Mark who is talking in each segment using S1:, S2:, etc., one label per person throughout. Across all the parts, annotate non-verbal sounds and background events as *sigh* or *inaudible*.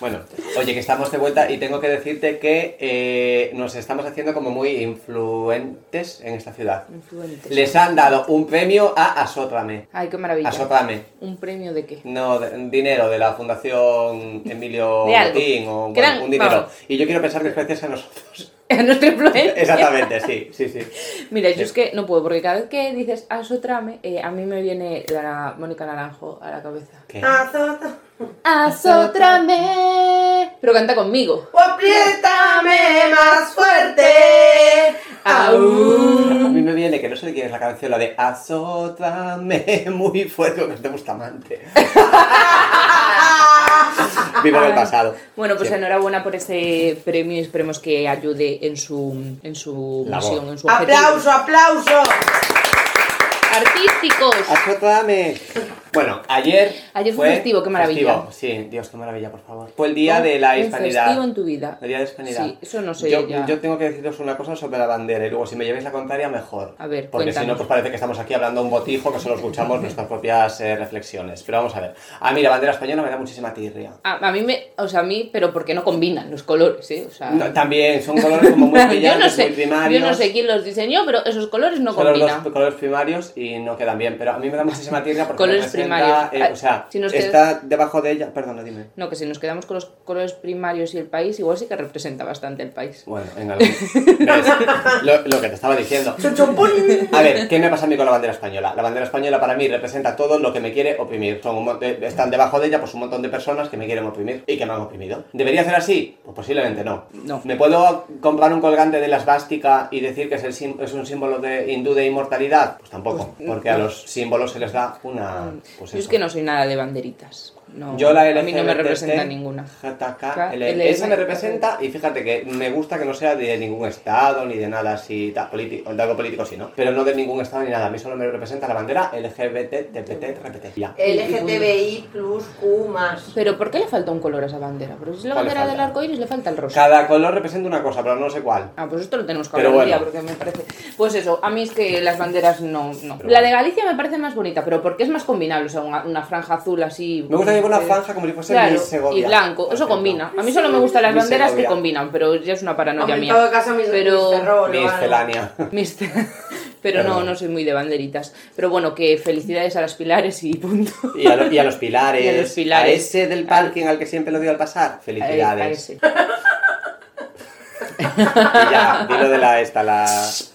S1: Bueno, oye, que estamos de vuelta y tengo que decirte que eh, nos estamos haciendo como muy influentes en esta ciudad.
S2: Influentes.
S1: Les han dado un premio a Asótrame.
S2: Ay, qué maravilla.
S1: Asótrame.
S2: ¿Un premio de *laughs* qué?
S1: No, de- dinero de la Fundación Emilio
S2: De algo.
S1: Botín o
S2: Que
S1: bueno,
S2: eran-
S1: un dinero.
S2: vamos.
S1: Y yo quiero pensar que es gracias a
S2: *laughs*
S1: nosotros.
S2: A
S1: *laughs*
S2: nuestra influencia.
S1: Exactamente, sí, sí, sí.
S2: Mira, yo es que no puedo, porque cada vez que dices asotrame, eh, a mí me viene la Mónica Naranjo a la cabeza.
S1: ¿Qué?
S3: Ah. Azota.
S2: Asotrame. Pero canta conmigo.
S3: O apriétame más fuerte.
S1: A
S2: Aún.
S1: mí me viene que no sé de quién es la canción, la de Azótame *laughs* muy fuerte, que tenemos tamante. *laughs* Vivo en el pasado.
S2: Bueno, pues
S1: Sí.
S2: enhorabuena por este premio y esperemos que ayude en su, en su
S1: Labor.
S2: misión, en su objetivo.
S3: Aplauso, aplauso.
S2: ¡Artísticos!
S1: Azótame. Bueno, ayer.
S2: Ayer fue festivo, qué maravilla.
S1: festivo. Sí, Dios, qué maravilla, por favor. Fue el día de la
S2: Un festivo
S1: hispanidad.
S2: en tu vida.
S1: El día de la hispanidad.
S2: Sí, eso no sé
S1: Yo,
S2: ya.
S1: yo tengo que deciros una cosa sobre la bandera y luego si me lleváis la contraria, mejor.
S2: A ver,
S1: Porque si no,
S2: cuéntanos.
S1: pues parece que estamos aquí hablando un botijo que solo
S2: *laughs*
S1: escuchamos nuestras propias eh, reflexiones. Pero vamos a ver. A mí la bandera española me da muchísima tirria.
S2: A, a mí me, o sea, a mí, pero porque no combinan los colores, ¿eh? O sea,
S1: No, también son colores como muy brillantes,
S2: *laughs* yo no sé,
S1: muy primarios.
S2: yo no sé quién los diseñó, pero esos colores no
S1: Son los dos
S2: combinan.
S1: colores primarios y no quedan bien, pero a mí me da muchísima tierra porque
S2: Colores
S1: representa,
S2: primarios. Ah,
S1: eh, o sea,
S2: Si nos
S1: está debajo de ella. Perdona, dime.
S2: No, que si nos quedamos con los colores primarios y el país, igual sí que representa bastante el país.
S1: Bueno, en algún. ¿Ves? Lo, lo que te estaba diciendo.
S3: Chuchupun.
S1: A ver, ¿qué me pasa a mí con la bandera española? La bandera española para mí representa todo lo que me quiere oprimir. Son un mon- eh, están debajo de ella pues un montón de personas que me quieren oprimir y que me han oprimido. ¿Debería ser así? Pues posiblemente no.
S2: No.
S1: ¿Me puedo comprar un colgante de la esvástica y decir que es, el sim- es un símbolo de hindú de inmortalidad? Pues tampoco,
S2: Pues,
S1: porque a los símbolos se les da una... Pues
S2: yo es
S1: eso.
S2: que no soy nada de banderitas. No,
S1: Yo la
S2: a mí no me
S1: LGBT,
S2: representa ninguna.
S1: JK, L-
S2: LM.
S1: esa me representa y fíjate que me gusta que no sea de ningún estado ni de nada así, tal, politi- de algo político sí, ¿no? Pero no de ningún estado ni nada, a mí solo me representa la bandera LGBT, TPT, RPT, ya.
S2: Eh,
S3: LGTBI plus Q más.
S2: Pero ¿por qué le falta un color a esa bandera? Porque si es la
S1: ¿Cuál le
S2: bandera del
S1: falta?
S2: arco iris, le falta el rosa.
S1: Cada color representa una cosa, pero no sé cuál.
S2: Ah, pues esto lo tenemos que
S1: Pero
S2: hablar un día
S1: bueno.
S2: porque me parece. Pues eso, a mí es que las banderas no. no.
S1: Pero
S2: La
S1: bueno.
S2: de Galicia me parece más bonita, pero porque es más combinable, o sea, una, una franja azul así.
S1: Me gusta llevar una
S2: eh,
S1: franja como si fuese mi
S2: Claro,
S1: Segovia.
S2: y blanco,
S1: por
S2: eso
S1: ejemplo.
S2: combina. A mí solo me gustan las
S1: Mi
S2: banderas que
S1: Segovia.
S2: combinan, pero ya es una paranoia
S3: Hombre, en
S2: mía. *laughs*
S3: todo caso, mis,
S2: Pero-
S3: mis terror,
S1: Mi
S3: o algo.
S1: Estelania.
S2: Mis- Pero no,
S1: Perdón.
S2: no soy muy de banderitas. Pero bueno, que felicidades a las pilares y punto.
S1: Y a, lo- y a los pilares.
S2: *laughs* Y a los
S1: A
S2: pilares.
S1: ese del parking al que siempre lo digo al pasar.
S2: *laughs* A- a
S1: Felicidades.
S2: ese.
S1: Y ya, dilo de la esta, la.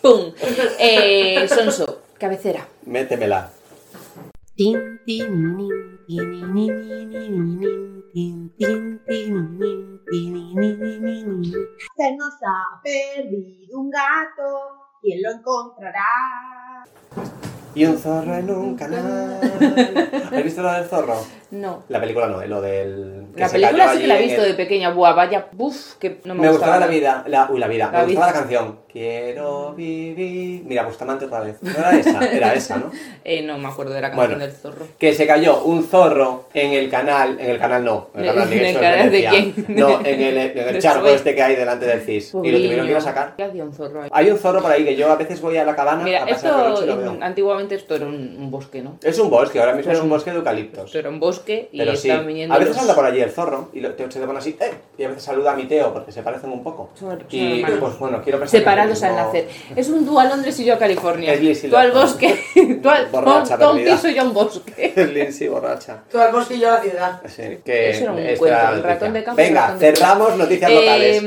S2: ¡Pum! Eh, Sonso, cabecera.
S1: Métemela.
S4: Tin, tin, nin, tin, nin, nin, nin, nin, tin, tin, tin, nin, tin, nin, nin, nin, nin.
S5: Se nos ha perdido un gato, ¿quién lo encontrará?
S1: Y un zorro en un canal. ¿Has visto lo del zorro?
S2: No.
S1: La película no, eh, lo del. que
S2: la
S1: se
S2: película
S1: cayó
S2: sí que
S1: allí
S2: la he
S1: en
S2: visto
S1: el-
S2: de pequeña. Buah, vaya, buf, que no me,
S1: Me gustaba la vida, la, uy, la vida,
S2: La
S1: me gustaba la
S2: vida.
S1: canción. Quiero vivir. Mira, Bustamante otra vez. No era esa,
S2: *laughs*
S1: era esa, ¿no?
S2: Eh, no me acuerdo de la canción
S1: Bueno.
S2: del zorro.
S1: Que se cayó un zorro en el canal, en el canal no, en el
S2: De-
S1: canal,
S2: *laughs* en el
S1: eso es
S2: canal de
S1: Venecia.
S2: quién?
S1: No, en el, en el
S2: *laughs* De
S1: charco
S2: Suez.
S1: este que hay delante del CIS. Y lo tuvieron que ir a sacar.
S2: ¿Qué hacía un zorro ahí?
S1: Hay un zorro por ahí que yo a veces voy a la cabana
S2: Mira,
S1: a pasar la noche
S2: esto
S1: y lo veo.
S2: antiguamente esto era un, un bosque, ¿no?
S1: Es un bosque, ahora mismo
S2: Pero-
S1: es un bosque de eucaliptos.
S2: Esto era un bosque y
S1: Pero sí,
S2: estaban viniendo.
S1: a veces
S2: los-
S1: anda por allí el zorro y lo- te, se te pone así, ¡eh! Y a veces saluda a mi Teo porque se parecen un poco.
S2: Son- son
S1: y
S2: hermanos.
S1: pues bueno, quiero pensar. que
S2: Separados
S1: no-
S2: al nacer. Es un tú a Londres y yo a California.
S1: Es Liz y
S2: tú al
S1: Lothar.
S2: bosque. *laughs* Tú al
S1: Borracha
S2: tú a un
S1: perdida.
S2: piso y yo a un bosque.
S1: Es Lindsay borracha.
S3: Tú al bosque y yo a la ciudad.
S1: Sí, que
S2: Eso era un
S1: esta
S2: cuento, el
S1: noticia.
S2: ratón de campo y el
S1: Venga,
S2: ratón de ciudad.
S1: cerramos noticias locales.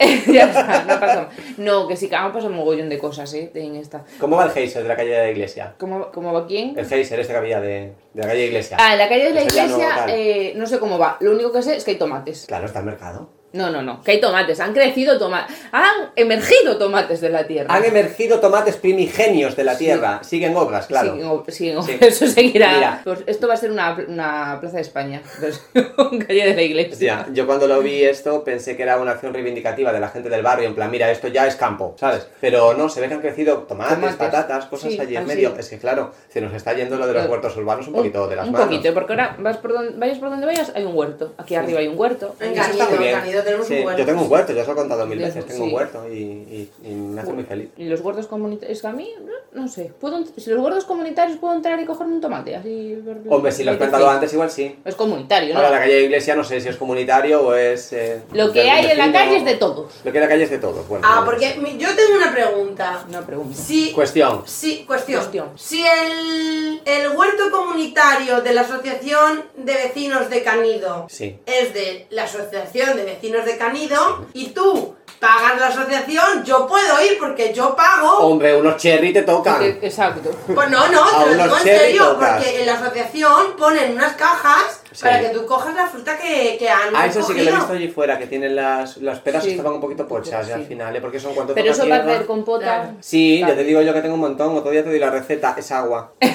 S2: Eh, *laughs* ya está, no ha pasado. No, que sí, que han pasado mogollón de cosas, ¿eh? En esta.
S1: ¿Cómo va el geyser de la calle de la iglesia?
S2: ¿Cómo, cómo va quién?
S1: El geyser este que había de, de la calle de la iglesia.
S2: Ah, en la calle de la
S1: Eso ya no
S2: iglesia
S1: tal.
S2: eh, no sé cómo va. Lo único que sé es que hay tomates.
S1: Claro, está el mercado.
S2: No, no, no. Que hay tomates. Han crecido tomates. Han emergido tomates de la tierra.
S1: Han emergido tomates primigenios de la tierra. Siguen obras, claro.
S2: Siguen ob- siguen ob-
S1: Sí.
S2: Eso *laughs* seguirá.
S1: Mira.
S2: Pues esto va a ser una, una plaza de España. *laughs* Entonces, una calle de la iglesia.
S1: Ya, yo cuando lo vi esto pensé que era una acción reivindicativa de la gente del barrio, en plan, mira, esto ya es campo, ¿sabes? Pero no, se ve que han crecido tomates,
S2: Tomates.
S1: patatas, cosas
S2: Sí,
S1: allí en
S2: así.
S1: medio. Es que claro, se nos está yendo lo de los
S2: Pero-
S1: huertos urbanos un poquito de las
S2: un
S1: manos.
S2: poquito, porque ahora vas por donde, vayas por donde vayas, hay un huerto. Aquí arriba hay un huerto.
S3: Venga,
S1: está muy bien.
S3: Engañido, Yo tenemos
S1: Sí,
S3: un huerto.
S1: yo tengo un huerto, yo os lo he contado mil
S2: Yo-
S1: veces, tengo un
S2: sí.
S1: huerto y, y- y me hace muy feliz.
S2: ¿Y los gordos comunitarios? Es que a mí, no- no sé. Puedo, ent- si los gordos comunitarios puedo entrar y cogerme un tomate, así.
S1: Hombre, si lo has
S2: porque-
S1: plantado antes, igual sí.
S2: Es comunitario, ¿no?
S1: Ahora, la calle de iglesia no sé si es comunitario o es... eh,
S2: Lo que
S1: del
S2: hay en la
S1: vecino.
S2: calle es de todos.
S1: Lo que hay en la calle es de todos, bueno.
S3: Ah,
S1: no
S3: porque
S1: sé.
S3: mi- yo tengo una pregunta.
S2: Una pregunta.
S3: Si,
S1: Cuestión.
S3: si cuestión.
S2: Cuestión.
S3: Si el, el huerto comunitario de la Asociación de Vecinos de Canido
S1: Sí.
S3: es de la Asociación de Vecinos de Canido y tú pagas la asociación, yo puedo ir porque yo pago.
S1: Hombre, unos cherry te tocan.
S2: Porque- Exacto.
S3: Pues no, no,
S1: A
S3: te lo digo
S1: unos
S3: en
S1: cherry
S3: serio,
S1: tocas.
S3: porque en la asociación ponen unas cajas
S1: Sí.
S3: para que tú cojas la fruta que, que han
S1: Ah, eso sí que lo he
S3: cogido.
S1: visto allí fuera, que tienen las, las peras
S2: Sí.
S1: estaban un poquito pochas y al
S2: Sí.
S1: final, ¿eh? porque son cuantos
S2: Pero eso para hacer
S3: Claro.
S2: compota.
S1: Sí, ya
S2: Claro.
S1: te digo yo que tengo un montón, otro día te doy la receta, es
S2: *laughs*
S1: agua. Le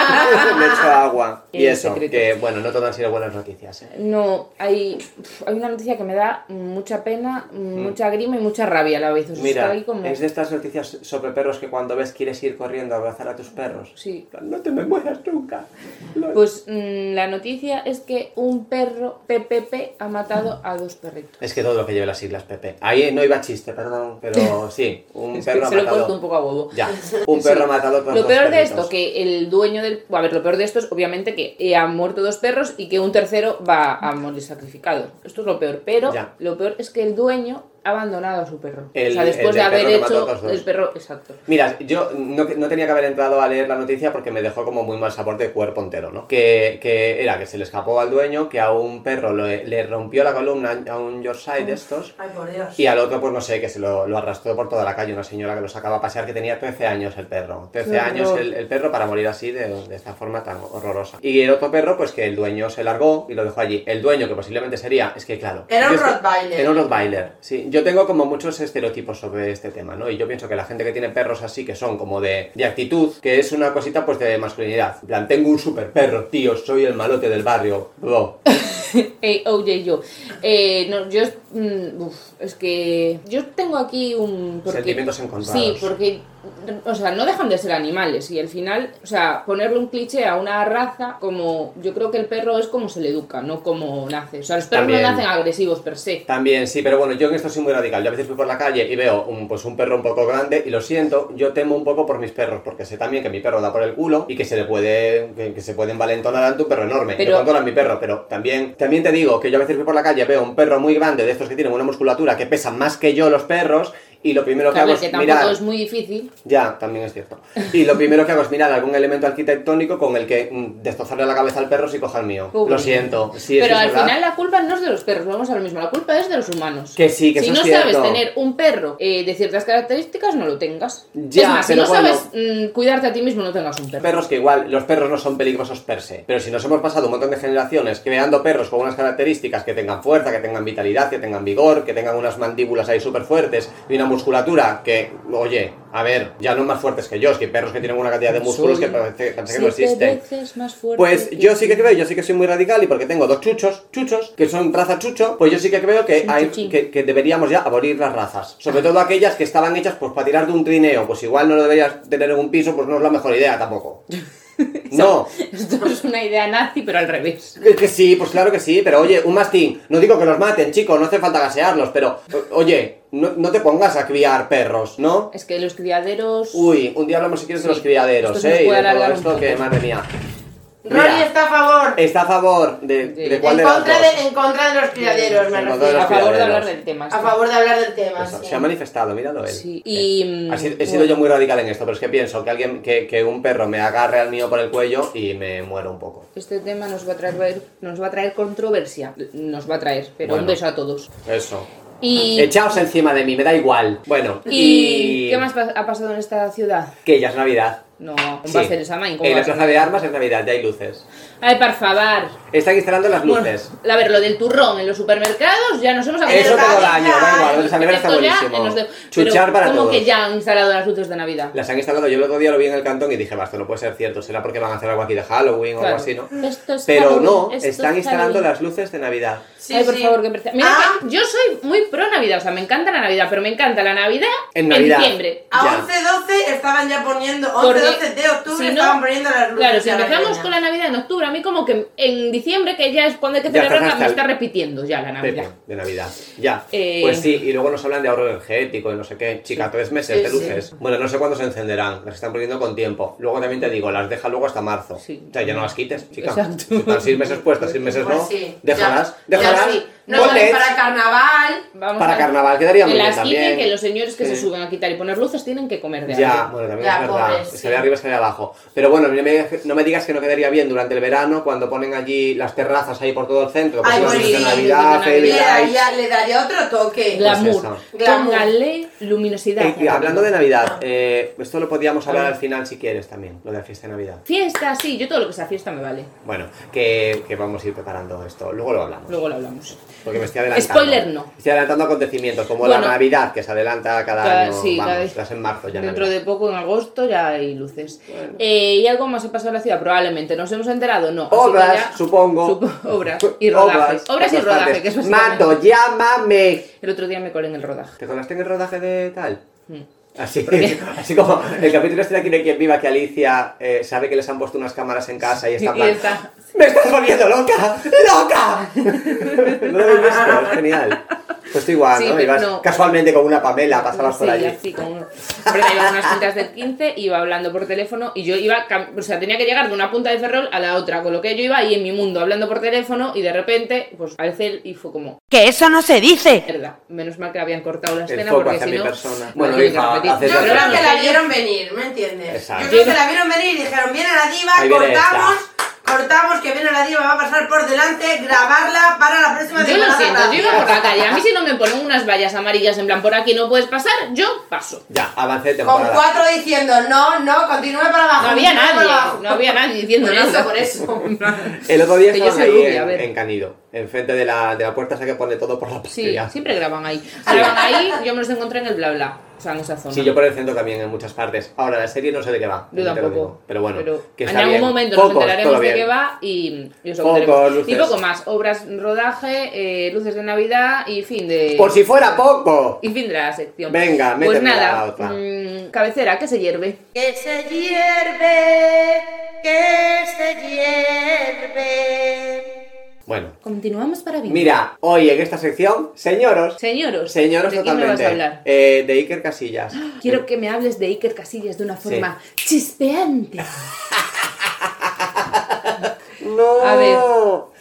S1: echo agua. Y
S2: El
S1: eso,
S2: secreto.
S1: que bueno, no todas han sido buenas noticias. ¿eh?
S2: No, hay, pf, hay una noticia que me da mucha pena, mucha grima y mucha rabia a la vez. O sea, está
S1: Mm. Mira,
S2: ahí Pues como...
S1: es de estas noticias sobre perros que cuando ves quieres ir corriendo a abrazar a tus perros.
S2: Sí.
S1: En plan, No te me mueras nunca. Lo-
S2: Pues mm, la noticia es que un perro PPP ha matado a dos perritos.
S1: Es que todo lo que lleve las siglas, Pepe. Ahí no iba chiste, perdón,
S2: *laughs*
S1: pero sí, un
S2: Es que
S1: perro ha
S2: se lo he puesto un
S1: matado.
S2: poco a huevo.
S1: Ya, un perro
S2: Sí.
S1: ha matado por
S2: Lo
S1: dos
S2: peor de
S1: perritos.
S2: esto, que el dueño del... A ver, lo peor de esto es obviamente que eh, han muerto dos perros y que un tercero va a morir sacrificado. Esto es lo peor, pero
S1: Ya.
S2: lo peor es que el dueño ha abandonado a su perro.
S1: El-
S2: o sea,
S1: el
S2: después de
S1: del
S2: haber
S1: perro que mató a otros
S2: hecho
S1: dos.
S2: el perro... Exacto.
S1: Mira, yo no, no tenía que haber entrado a leer la noticia porque me dejó como muy mal sabor de cuerpo entero, ¿no? Que, que era que se le escapó al dueño, que a un perro le, le rompió la columna a un Yorkshire de estos.
S3: Ay, por Dios.
S1: Y al otro, pues no sé, que se lo, lo arrastró por toda la calle una señora que lo sacaba a pasear, que tenía 13 años el perro. 13
S2: Qué
S1: años
S2: horror.
S1: el, el perro para morir así, de, de esta forma tan horrorosa. Y el otro perro, pues que el dueño se largó y lo dejó allí. El dueño, que posiblemente sería, es que claro.
S3: Era un
S1: yo es que-
S3: Rottweiler.
S1: Era un Rottweiler, sí. Yo tengo como muchos estereotipos sobre este tema, ¿no? Y yo pienso que la gente que tiene perros así, que son como de, de actitud, que es una cosita pues de masculinidad. En plan, tengo un super perro, tío, soy el malote del barrio, bro.
S2: Eh, oye, yo. Eh, no, yo. mm, uf, es que. Yo tengo aquí un.
S1: Sentimientos encontrados.
S2: Sí, porque. O sea, no dejan de ser animales y al final, o sea, ponerle un cliché a una raza como. Yo creo que el perro es como se le educa, no como nace. O sea, los perros
S1: También.
S2: no nacen agresivos per se.
S1: También, sí, pero bueno, yo en esto soy muy radical. Yo a veces voy por la calle y veo un, pues un perro un poco grande y lo siento, yo temo un poco por mis perros, porque sé también que mi perro da por el culo y que se le puede, que, que se puede envalentonar ante un perro enorme.
S2: Pero-
S1: Yo controlo a mi perro, pero también, también te digo que yo a veces voy por la calle, veo un perro muy grande de estos que tienen una musculatura que pesa más que yo los perros y lo primero que
S2: A
S1: hago
S2: ver,
S1: es
S2: que tampoco
S1: mirar...
S2: es muy difícil.
S1: Ya, también es cierto. Y lo primero que hago es mirar algún elemento arquitectónico con el que mm, destrozarle la cabeza al perro si coja el mío.
S2: Uy.
S1: Lo siento. Sí,
S2: pero
S1: eso es
S2: al
S1: verdad.
S2: final la culpa no es de los perros, vamos a lo mismo, la culpa es de los humanos.
S1: Que sí, que
S2: si
S1: eso
S2: no
S1: es cierto.
S2: sabes tener un perro eh, de ciertas características, no lo tengas.
S1: Ya,
S2: es más, si
S1: pero
S2: no
S1: bueno.
S2: sabes mm, cuidarte a ti mismo, no tengas un perro.
S1: perros que igual los perros no son peligrosos per se, pero si nos hemos pasado un montón de generaciones creando perros con unas características que tengan fuerza, que tengan vitalidad, que tengan vigor, que tengan unas mandíbulas ahí súper fuertes y una musculatura que, oye, a ver, ya no más fuertes que yo, es que hay perros que tienen una cantidad de músculos
S2: Soy
S1: que parece, parece que
S2: Siete
S1: no existen.
S2: veces más fuerte
S1: Pues
S2: que-
S1: yo sí que creo, yo sí que soy muy radical y porque tengo dos chuchos, chuchos, que son raza chucho, pues yo sí que creo que,
S2: Chuchín,
S1: hay,
S2: chuchín.
S1: que, que deberíamos ya abolir las razas. Sobre todo aquellas que estaban hechas pues para tirar de un trineo, pues igual no lo deberías tener en un piso, pues no es la mejor idea
S2: *laughs*
S1: tampoco. No,
S2: *laughs* Esto es una idea nazi, pero al revés.
S1: que, que sí, pues claro que sí, pero oye, un mastín, no digo que los maten, chicos, no hace falta gasearlos, pero o- oye, no, no te pongas a criar perros, ¿no?
S2: Es que los criaderos.
S1: Uy, un día hablamos si quieres de
S2: Sí,
S1: los criaderos,
S2: esto se nos
S1: ¿eh? Y
S2: puede
S1: de todo
S2: alargar un
S1: esto que,
S2: poco.
S1: madre mía. Mira.
S3: Rory está a favor.
S1: Está a favor de, de
S2: Sí.
S1: cuál
S3: en,
S1: de las
S3: contra
S1: dos?
S3: de, en contra de los criaderos, me
S1: En contra de
S2: a
S3: refiero.
S1: los
S2: favor de
S1: criaderos.
S2: hablar del tema.
S3: A favor de hablar del tema.
S1: Eso,
S3: sí.
S1: Pues Se ha manifestado, míralo él.
S2: Ah, Sí,
S1: Eh,
S2: y, mm,
S1: ha sido- he sido
S2: bueno.
S1: yo muy radical en esto, pero es que pienso que alguien que, que un perro me agarre al mío por el cuello y me muero un poco.
S2: Este tema nos va a traer nos va a traer controversia. Nos va a traer, pero
S1: Bueno.
S2: un beso a todos.
S1: Eso.
S2: Y,
S1: Echaos encima de mí, me da igual. Bueno,
S2: y... ¿qué más pa- ha pasado en esta ciudad?
S1: Que ya es Navidad.
S2: No,
S1: Sí. Eh,
S2: va a ser esa main. ¿cómo
S1: En
S2: va
S1: la
S2: a ser?
S1: plaza de armas es Navidad, ya hay luces.
S2: Ay, por favor.
S1: Están instalando las
S2: *laughs*
S1: luces.
S2: Bueno, a ver, lo del turrón en los supermercados ya nos hemos
S1: Eso
S3: pero
S1: todo el
S3: cada
S1: año,
S3: día
S1: da igual,
S3: hay-
S1: lo de San Miguel está
S2: Esto ya
S1: buenísimo.
S2: nos de-
S1: Chuchar
S2: Pero,
S1: para
S2: ¿Cómo
S1: todos.
S2: que ya han instalado las luces de Navidad?
S1: Las han instalado, yo el otro día lo vi en el cantón y dije, va, esto no puede ser cierto, será porque van a hacer algo aquí de Halloween o
S2: Claro.
S1: algo así, ¿no?
S2: Esto es
S1: Pero
S2: Halloween,
S1: no,
S2: esto
S1: están
S2: es
S1: instalando
S2: Halloween.
S1: las luces de Navidad.
S3: Sí,
S2: Ay, por
S3: sí.
S2: favor, qué pereza. Mira,
S3: Ah.
S2: que yo soy muy pro Navidad, o sea, me encanta la Navidad, pero me encanta la Navidad
S1: En Navidad.
S2: diciembre.
S3: A
S1: Ya.
S3: 11-12 estaban ya poniendo.
S2: Por
S3: 11-12 entonces de octubre
S2: si no-
S3: estaban poniendo las luces.
S2: Claro, si
S3: navideñas.
S2: empezamos con la Navidad en octubre, a mí como que en diciembre, que ya es cuando hay que
S1: Ya
S2: celebrar,
S1: estás
S2: me
S1: hasta
S2: está
S1: el-
S2: repitiendo ya la
S1: Pepe,
S2: Navidad.
S1: de Navidad. Ya.
S2: Eh,
S1: Pues sí, y luego nos hablan de ahorro energético y no sé qué. Chica,
S2: Sí.
S1: tres meses
S3: Sí,
S1: de
S3: sí.
S1: luces. Bueno, no sé cuándo se encenderán. Las están poniendo con tiempo. Luego también te digo, las deja luego hasta marzo.
S2: Sí.
S1: O sea, ya no las quites, chica.
S2: Exacto.
S1: Si Están seis meses puestas, seis meses
S3: Pues
S1: no.
S3: sí,
S1: Déjalas.
S3: ya,
S1: déjalas.
S3: ya sí. No
S1: Ponle
S3: vale para carnaval.
S2: Vamos
S1: para
S2: a-
S1: carnaval. Quedaría
S2: Que
S1: muy bien
S2: las quiten,
S1: también.
S2: que los señores que se
S1: Sí.
S2: suben a quitar y poner luces tienen que comer de
S1: Ya,
S2: algo.
S1: bueno, también
S3: Ya,
S1: es verdad.
S3: pobre,
S1: escalé
S3: sí.
S1: arriba, escalé abajo. Pero bueno, no me, no me digas que no quedaría bien durante el verano cuando ponen allí las terrazas ahí por todo el centro. Pues
S3: Ay,
S1: luces
S3: bonito,
S1: de
S2: luces
S1: Navidad,
S2: de
S1: fairy
S3: Le
S2: Navidad.
S1: lights.
S3: daría, le daría otro toque.
S2: Glamour.
S1: Pues eso.
S3: Glamour.
S2: Póngale luminosidad.
S1: Eh, y hablando de Navidad, eh, esto lo podíamos hablar
S2: Ah.
S1: al final si quieres también, lo de la fiesta de Navidad.
S2: Fiesta, sí, yo todo lo que sea fiesta me vale.
S1: Bueno, que, que vamos a ir preparando esto, luego lo hablamos.
S2: Luego lo hablamos.
S1: Porque me estoy adelantando.
S2: Spoiler no.
S1: Estoy adelantando acontecimientos como
S2: Bueno.
S1: la Navidad que se adelanta cada
S2: Cada-
S1: año.
S2: sí,
S1: vamos,
S2: cada vez-
S1: las en marzo ya.
S2: Dentro
S1: Navidad.
S2: de poco, en agosto, ya hay luces. Eh, ¿Y algo más ha pasado en la ciudad? Probablemente. ¿Nos hemos enterado? No. Así que
S1: Obras,
S2: ya-
S1: supongo.
S2: Sup- *laughs* obras y rodajes. Obras, y
S1: bastantes.
S2: rodaje, que es básicamente-
S1: Mato, llámame.
S2: El otro día me colé en el rodaje.
S1: ¿Te colaste en el rodaje de tal?
S2: Mm.
S1: Así,
S2: qué?
S1: *laughs* así como el capítulo este de Aquí no hay quien viva, que Alicia eh, sabe que les han puesto unas cámaras en casa y está en
S2: Y
S1: plan,
S2: está-
S1: ¡Me estás volviendo loca! ¡Loca! no lo habéis visto, es genial. Pues tú igual,
S2: Sí,
S1: ¿no?
S2: pero
S1: Ibas
S2: no.
S1: casualmente con una Pamela, pasabas
S2: Sí,
S1: por allí.
S2: así con un- Hombre, me iba a unas juntas del 15, iba hablando por teléfono y yo iba, cam- o sea, tenía que llegar de una punta de Ferrol a la otra, con lo que yo iba ahí en mi mundo hablando por teléfono y de repente, pues parece él y fue como,
S4: ¡Que eso no se dice!
S2: mierda, menos mal que habían cortado la
S1: El
S2: escena
S1: foco
S2: porque
S1: hacia
S2: si
S1: mi
S2: no...
S1: persona.
S2: la
S1: Bueno,
S2: tienen
S1: hija,
S2: que repetir.
S1: haces
S3: Yo
S1: Exacto.
S3: creo que la vieron venir, ¿me entiendes?
S1: Exacto.
S3: Yo creo que la vieron venir y dijeron, viene la diva,
S1: Ahí viene
S3: cortamos, cortamos, que viene la diva, va a pasar por delante, grabarla para la próxima
S2: Yo lo
S3: temporada.
S2: siento, yo iba por la calle, a mí si no me ponen unas vallas amarillas en plan, por aquí no puedes pasar, yo paso.
S1: Ya, avancé de
S3: Con
S1: temporada.
S3: cuatro diciendo, no, no, continúe para abajo.
S2: No había
S3: continúe para abajo".
S2: nadie, no había nadie diciendo
S3: Por
S2: nada.
S3: eso, por eso.
S2: *laughs*
S1: El otro día
S2: Que yo
S1: estaban ahí
S2: soy rubia, a
S1: en,
S2: ver.
S1: en Canido, enfrente de la, de la puerta esa que pone todo por la
S2: Sí,
S1: patria.
S2: siempre graban ahí. Graban ahí, yo me los encontré en el bla bla, o sea, en esa zona.
S1: Sí, yo por el centro también en muchas partes. Ahora, la serie no sé de qué va. también te
S2: Yo
S1: lo
S2: tampoco.
S1: digo. Pero bueno, que
S2: en
S1: está
S2: algún
S1: bien.
S2: momento nos
S1: Focos, todo
S2: enteraremos de
S1: bien.
S2: qué va y, y os lo
S1: Focos,
S2: contaremos. Y
S1: luces.
S2: poco más. Obras, rodaje, eh, luces de Navidad y fin de.
S1: Por si fuera poco.
S2: Y fin de la sección.
S1: Venga,
S2: Pues
S1: méteme
S2: nada,
S1: la otra.
S2: mm, cabecera, que se hierve.
S4: Que se hierve, que se hierve.
S1: Bueno,
S2: Continuamos para vivir.
S1: mira, hoy en esta sección, señoros.
S2: Señoros.
S1: Señoros
S2: ¿de
S1: totalmente.
S2: quién me vas a hablar?
S1: Eh, de Iker Casillas.
S2: *gasps* Quiero que me hables de Iker Casillas de una forma chispeante.
S1: No.
S2: A ver,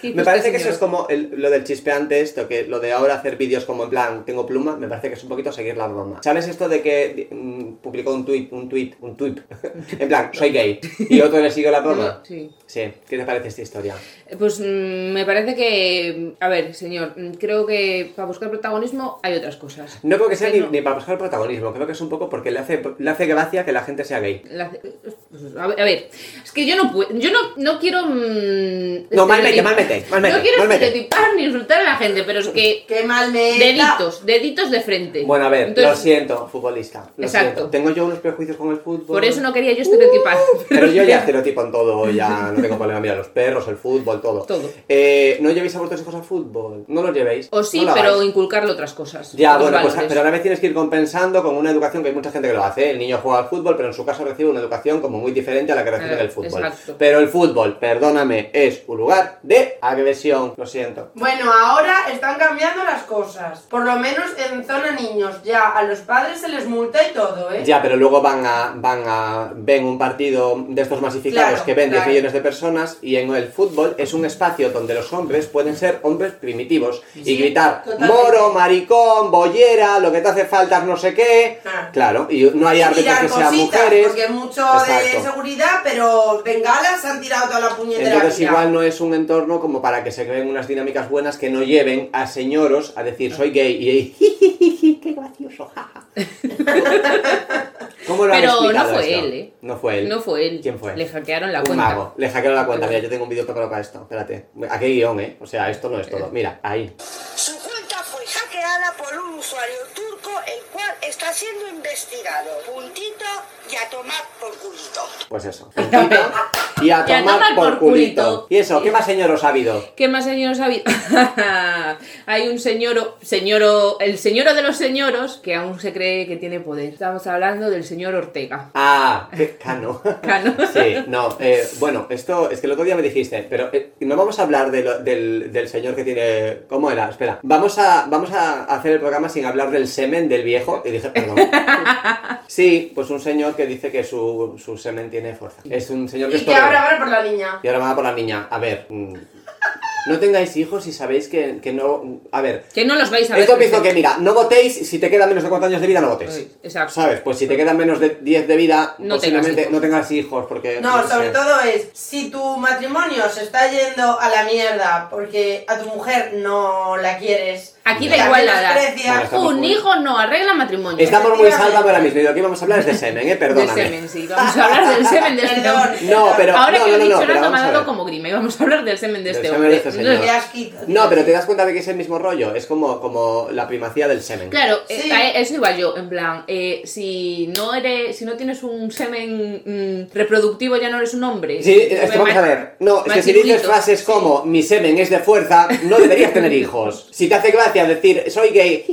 S2: ¿qué
S1: Me
S2: hizo
S1: parece que
S2: este
S1: eso
S2: señor?
S1: es como el- lo del chispeante esto, que lo de ahora hacer vídeos como en plan, tengo pluma, me parece que es un poquito seguir la broma. ¿Sabes esto de que mm, publicó un tweet, un tweet, un tweet? *laughs* en
S2: *laughs*
S1: plan, soy gay. Y otro le siguió la broma.
S2: Sí.
S1: Sí, ¿qué te parece esta historia?
S2: Pues mm, me parece que. A ver, señor, mm, creo que para buscar protagonismo hay otras cosas.
S1: No creo que sea
S2: Es
S1: ni,
S2: no-
S1: ni para buscar el protagonismo, creo que es un poco porque le hace, le hace gracia que la gente sea gay.
S2: La- pues, a ver, a ver, es que yo no puedo, yo no, no quiero... mm,
S1: No, mal mete,
S2: estereotip-
S1: mal mete, mal mete,
S2: No quiero
S1: mal mete.
S2: estereotipar ni insultar a la gente, pero es que...
S3: Qué mal me he dado.
S2: Deditos, deditos de frente.
S1: Bueno, a ver, lo
S2: Entonces,
S1: siento, futbolista. Lo
S2: Exacto.
S1: siento. Tengo yo unos prejuicios con el fútbol.
S2: Por eso no quería yo estereotipar.
S1: Pero yo
S2: *laughs*
S1: ya estereotipo en todo, ya no tengo problema. Mira, los perros, el fútbol, todo.
S2: Todo.
S1: Eh, no llevéis a vuestros hijos al fútbol, no los llevéis.
S2: O sí,
S1: no lo
S2: pero
S1: hagáis.
S2: inculcarle otras cosas.
S1: Ya,
S2: otros
S1: bueno, pues,
S2: valores.
S1: pero a la vez tienes que ir compensando con una educación que hay mucha gente que lo hace. El niño juega al fútbol, pero en su caso recibe una educación como muy diferente a la que recibe
S2: Eh,
S1: en el fútbol.
S2: exacto.
S1: Pero el fútbol, perdóname, es un lugar de agresión. Lo siento.
S3: Bueno, ahora están cambiando las cosas. Por lo menos en zona niños. Ya a los padres se les multa y todo, ¿eh?
S1: Ya, pero luego van a, van a, ven un partido de estos masificados
S3: Claro,
S1: que ven 10
S3: claro.
S1: millones de personas y en el fútbol es un espacio donde los hombres pueden ser hombres primitivos y gritar
S3: totalmente.
S1: moro, maricón, bollera, lo que te hace falta es no sé qué.
S3: Ah.
S1: Claro, y no hay
S3: Y
S1: árbitros
S3: tirar
S1: que sean
S3: cositas,
S1: mujeres.
S3: porque mucho
S1: Exacto.
S3: de seguridad, pero bengalas han tirado toda la puñetera
S1: Entonces
S3: vida.
S1: igual no es un entorno como para que se creen unas dinámicas buenas que no lleven a señoros a decir soy gay y qué gracioso, jaja.
S2: *laughs*
S1: ¿Cómo lo han
S2: Pero no
S1: explicado
S2: fue
S1: esto?
S2: él, ¿eh?
S1: No fue él.
S2: No fue él.
S1: ¿Quién fue?
S2: Le hackearon la
S1: un
S2: cuenta.
S1: mago. Le hackearon la cuenta. Mira, yo tengo un vídeo preparado para esto. Espérate. Aquí hay guión, ¿eh? O sea, esto no es todo. Mira, ahí.
S6: Su cuenta fue hackeada que ala por un usuario turco el cual está siendo investigado. Puntito y a tomar por culito.
S1: Pues eso. *laughs* Y a tomar por culito. ¿Y eso? ¿Qué más señoros ha habido?
S2: ¿Qué más señoros ha habido? *laughs* Hay un señoro, señoro, el señoro de los señoros que aún se cree que tiene poder. Estamos hablando del señor Ortega.
S1: Ah, qué cano.
S2: *laughs* Cano.
S1: Sí, *laughs* no, eh, bueno, esto es que el otro día me dijiste, pero eh, no vamos a hablar de lo- del, del señor que tiene... ¿Cómo era? Espera, vamos a, vamos a hacer el programa sin hablar del semen del viejo. Y dije, perdón. Sí, pues un señor que dice que su, su semen tiene fuerza. Es un señor que es
S3: Y que
S1: torero.
S3: ahora van por la niña.
S1: Y ahora va por la niña. A ver, mm, no tengáis hijos si sabéis que, que no... A ver,
S2: Que no los vais a ver.
S1: esto mismo que, mira, no votéis, si te quedan menos de cuántos años de vida, no votéis.
S2: Ay, Exacto.
S1: ¿Sabes? Pues si te quedan menos de 10 de vida,
S2: No
S1: posiblemente
S2: tengas hijos.
S1: no tengas hijos porque...
S3: No, sobre
S1: sé.
S3: todo es, si tu matrimonio se está yendo a la mierda porque a tu mujer no la quieres,
S2: Aquí
S3: y
S2: da
S3: la
S2: igual la edad.
S3: desprecias,
S1: Estamos
S2: Un
S1: muy-
S2: hijo no arregla matrimonio.
S1: Estamos muy salvados ahora mismo y de lo que vamos a hablar es de semen, ¿eh?
S2: Del
S1: Perdóname.
S2: semen, sí. Vamos a
S1: *laughs*
S2: hablar del semen de este
S3: Perdón.
S2: hombre.
S1: No, pero...
S2: Ahora
S1: no,
S2: que
S1: no,
S2: lo he
S1: no, no,
S2: dicho,
S1: pero vamos
S2: lo has
S1: a
S2: tomado
S1: ver.
S2: como grima. Y vamos a hablar del semen de
S1: Del
S2: este
S1: semen
S2: hombre.
S1: de este señor.
S3: Qué asquito.
S1: No, pero te das cuenta de que es el mismo rollo. Es como, como la primacía del semen.
S2: Claro, eh,
S3: Sí.
S2: a eso iba yo, en plan, eh, si no eres, si no tienes un semen mm, reproductivo ya no eres un hombre. Pues
S1: Sí, es que vamos
S2: Ma-
S1: a ver. No, es que si
S2: machirulito,
S1: dices frases
S2: sí.
S1: como mi semen es de fuerza, no deberías tener hijos. Si te hace gracia decir soy gay,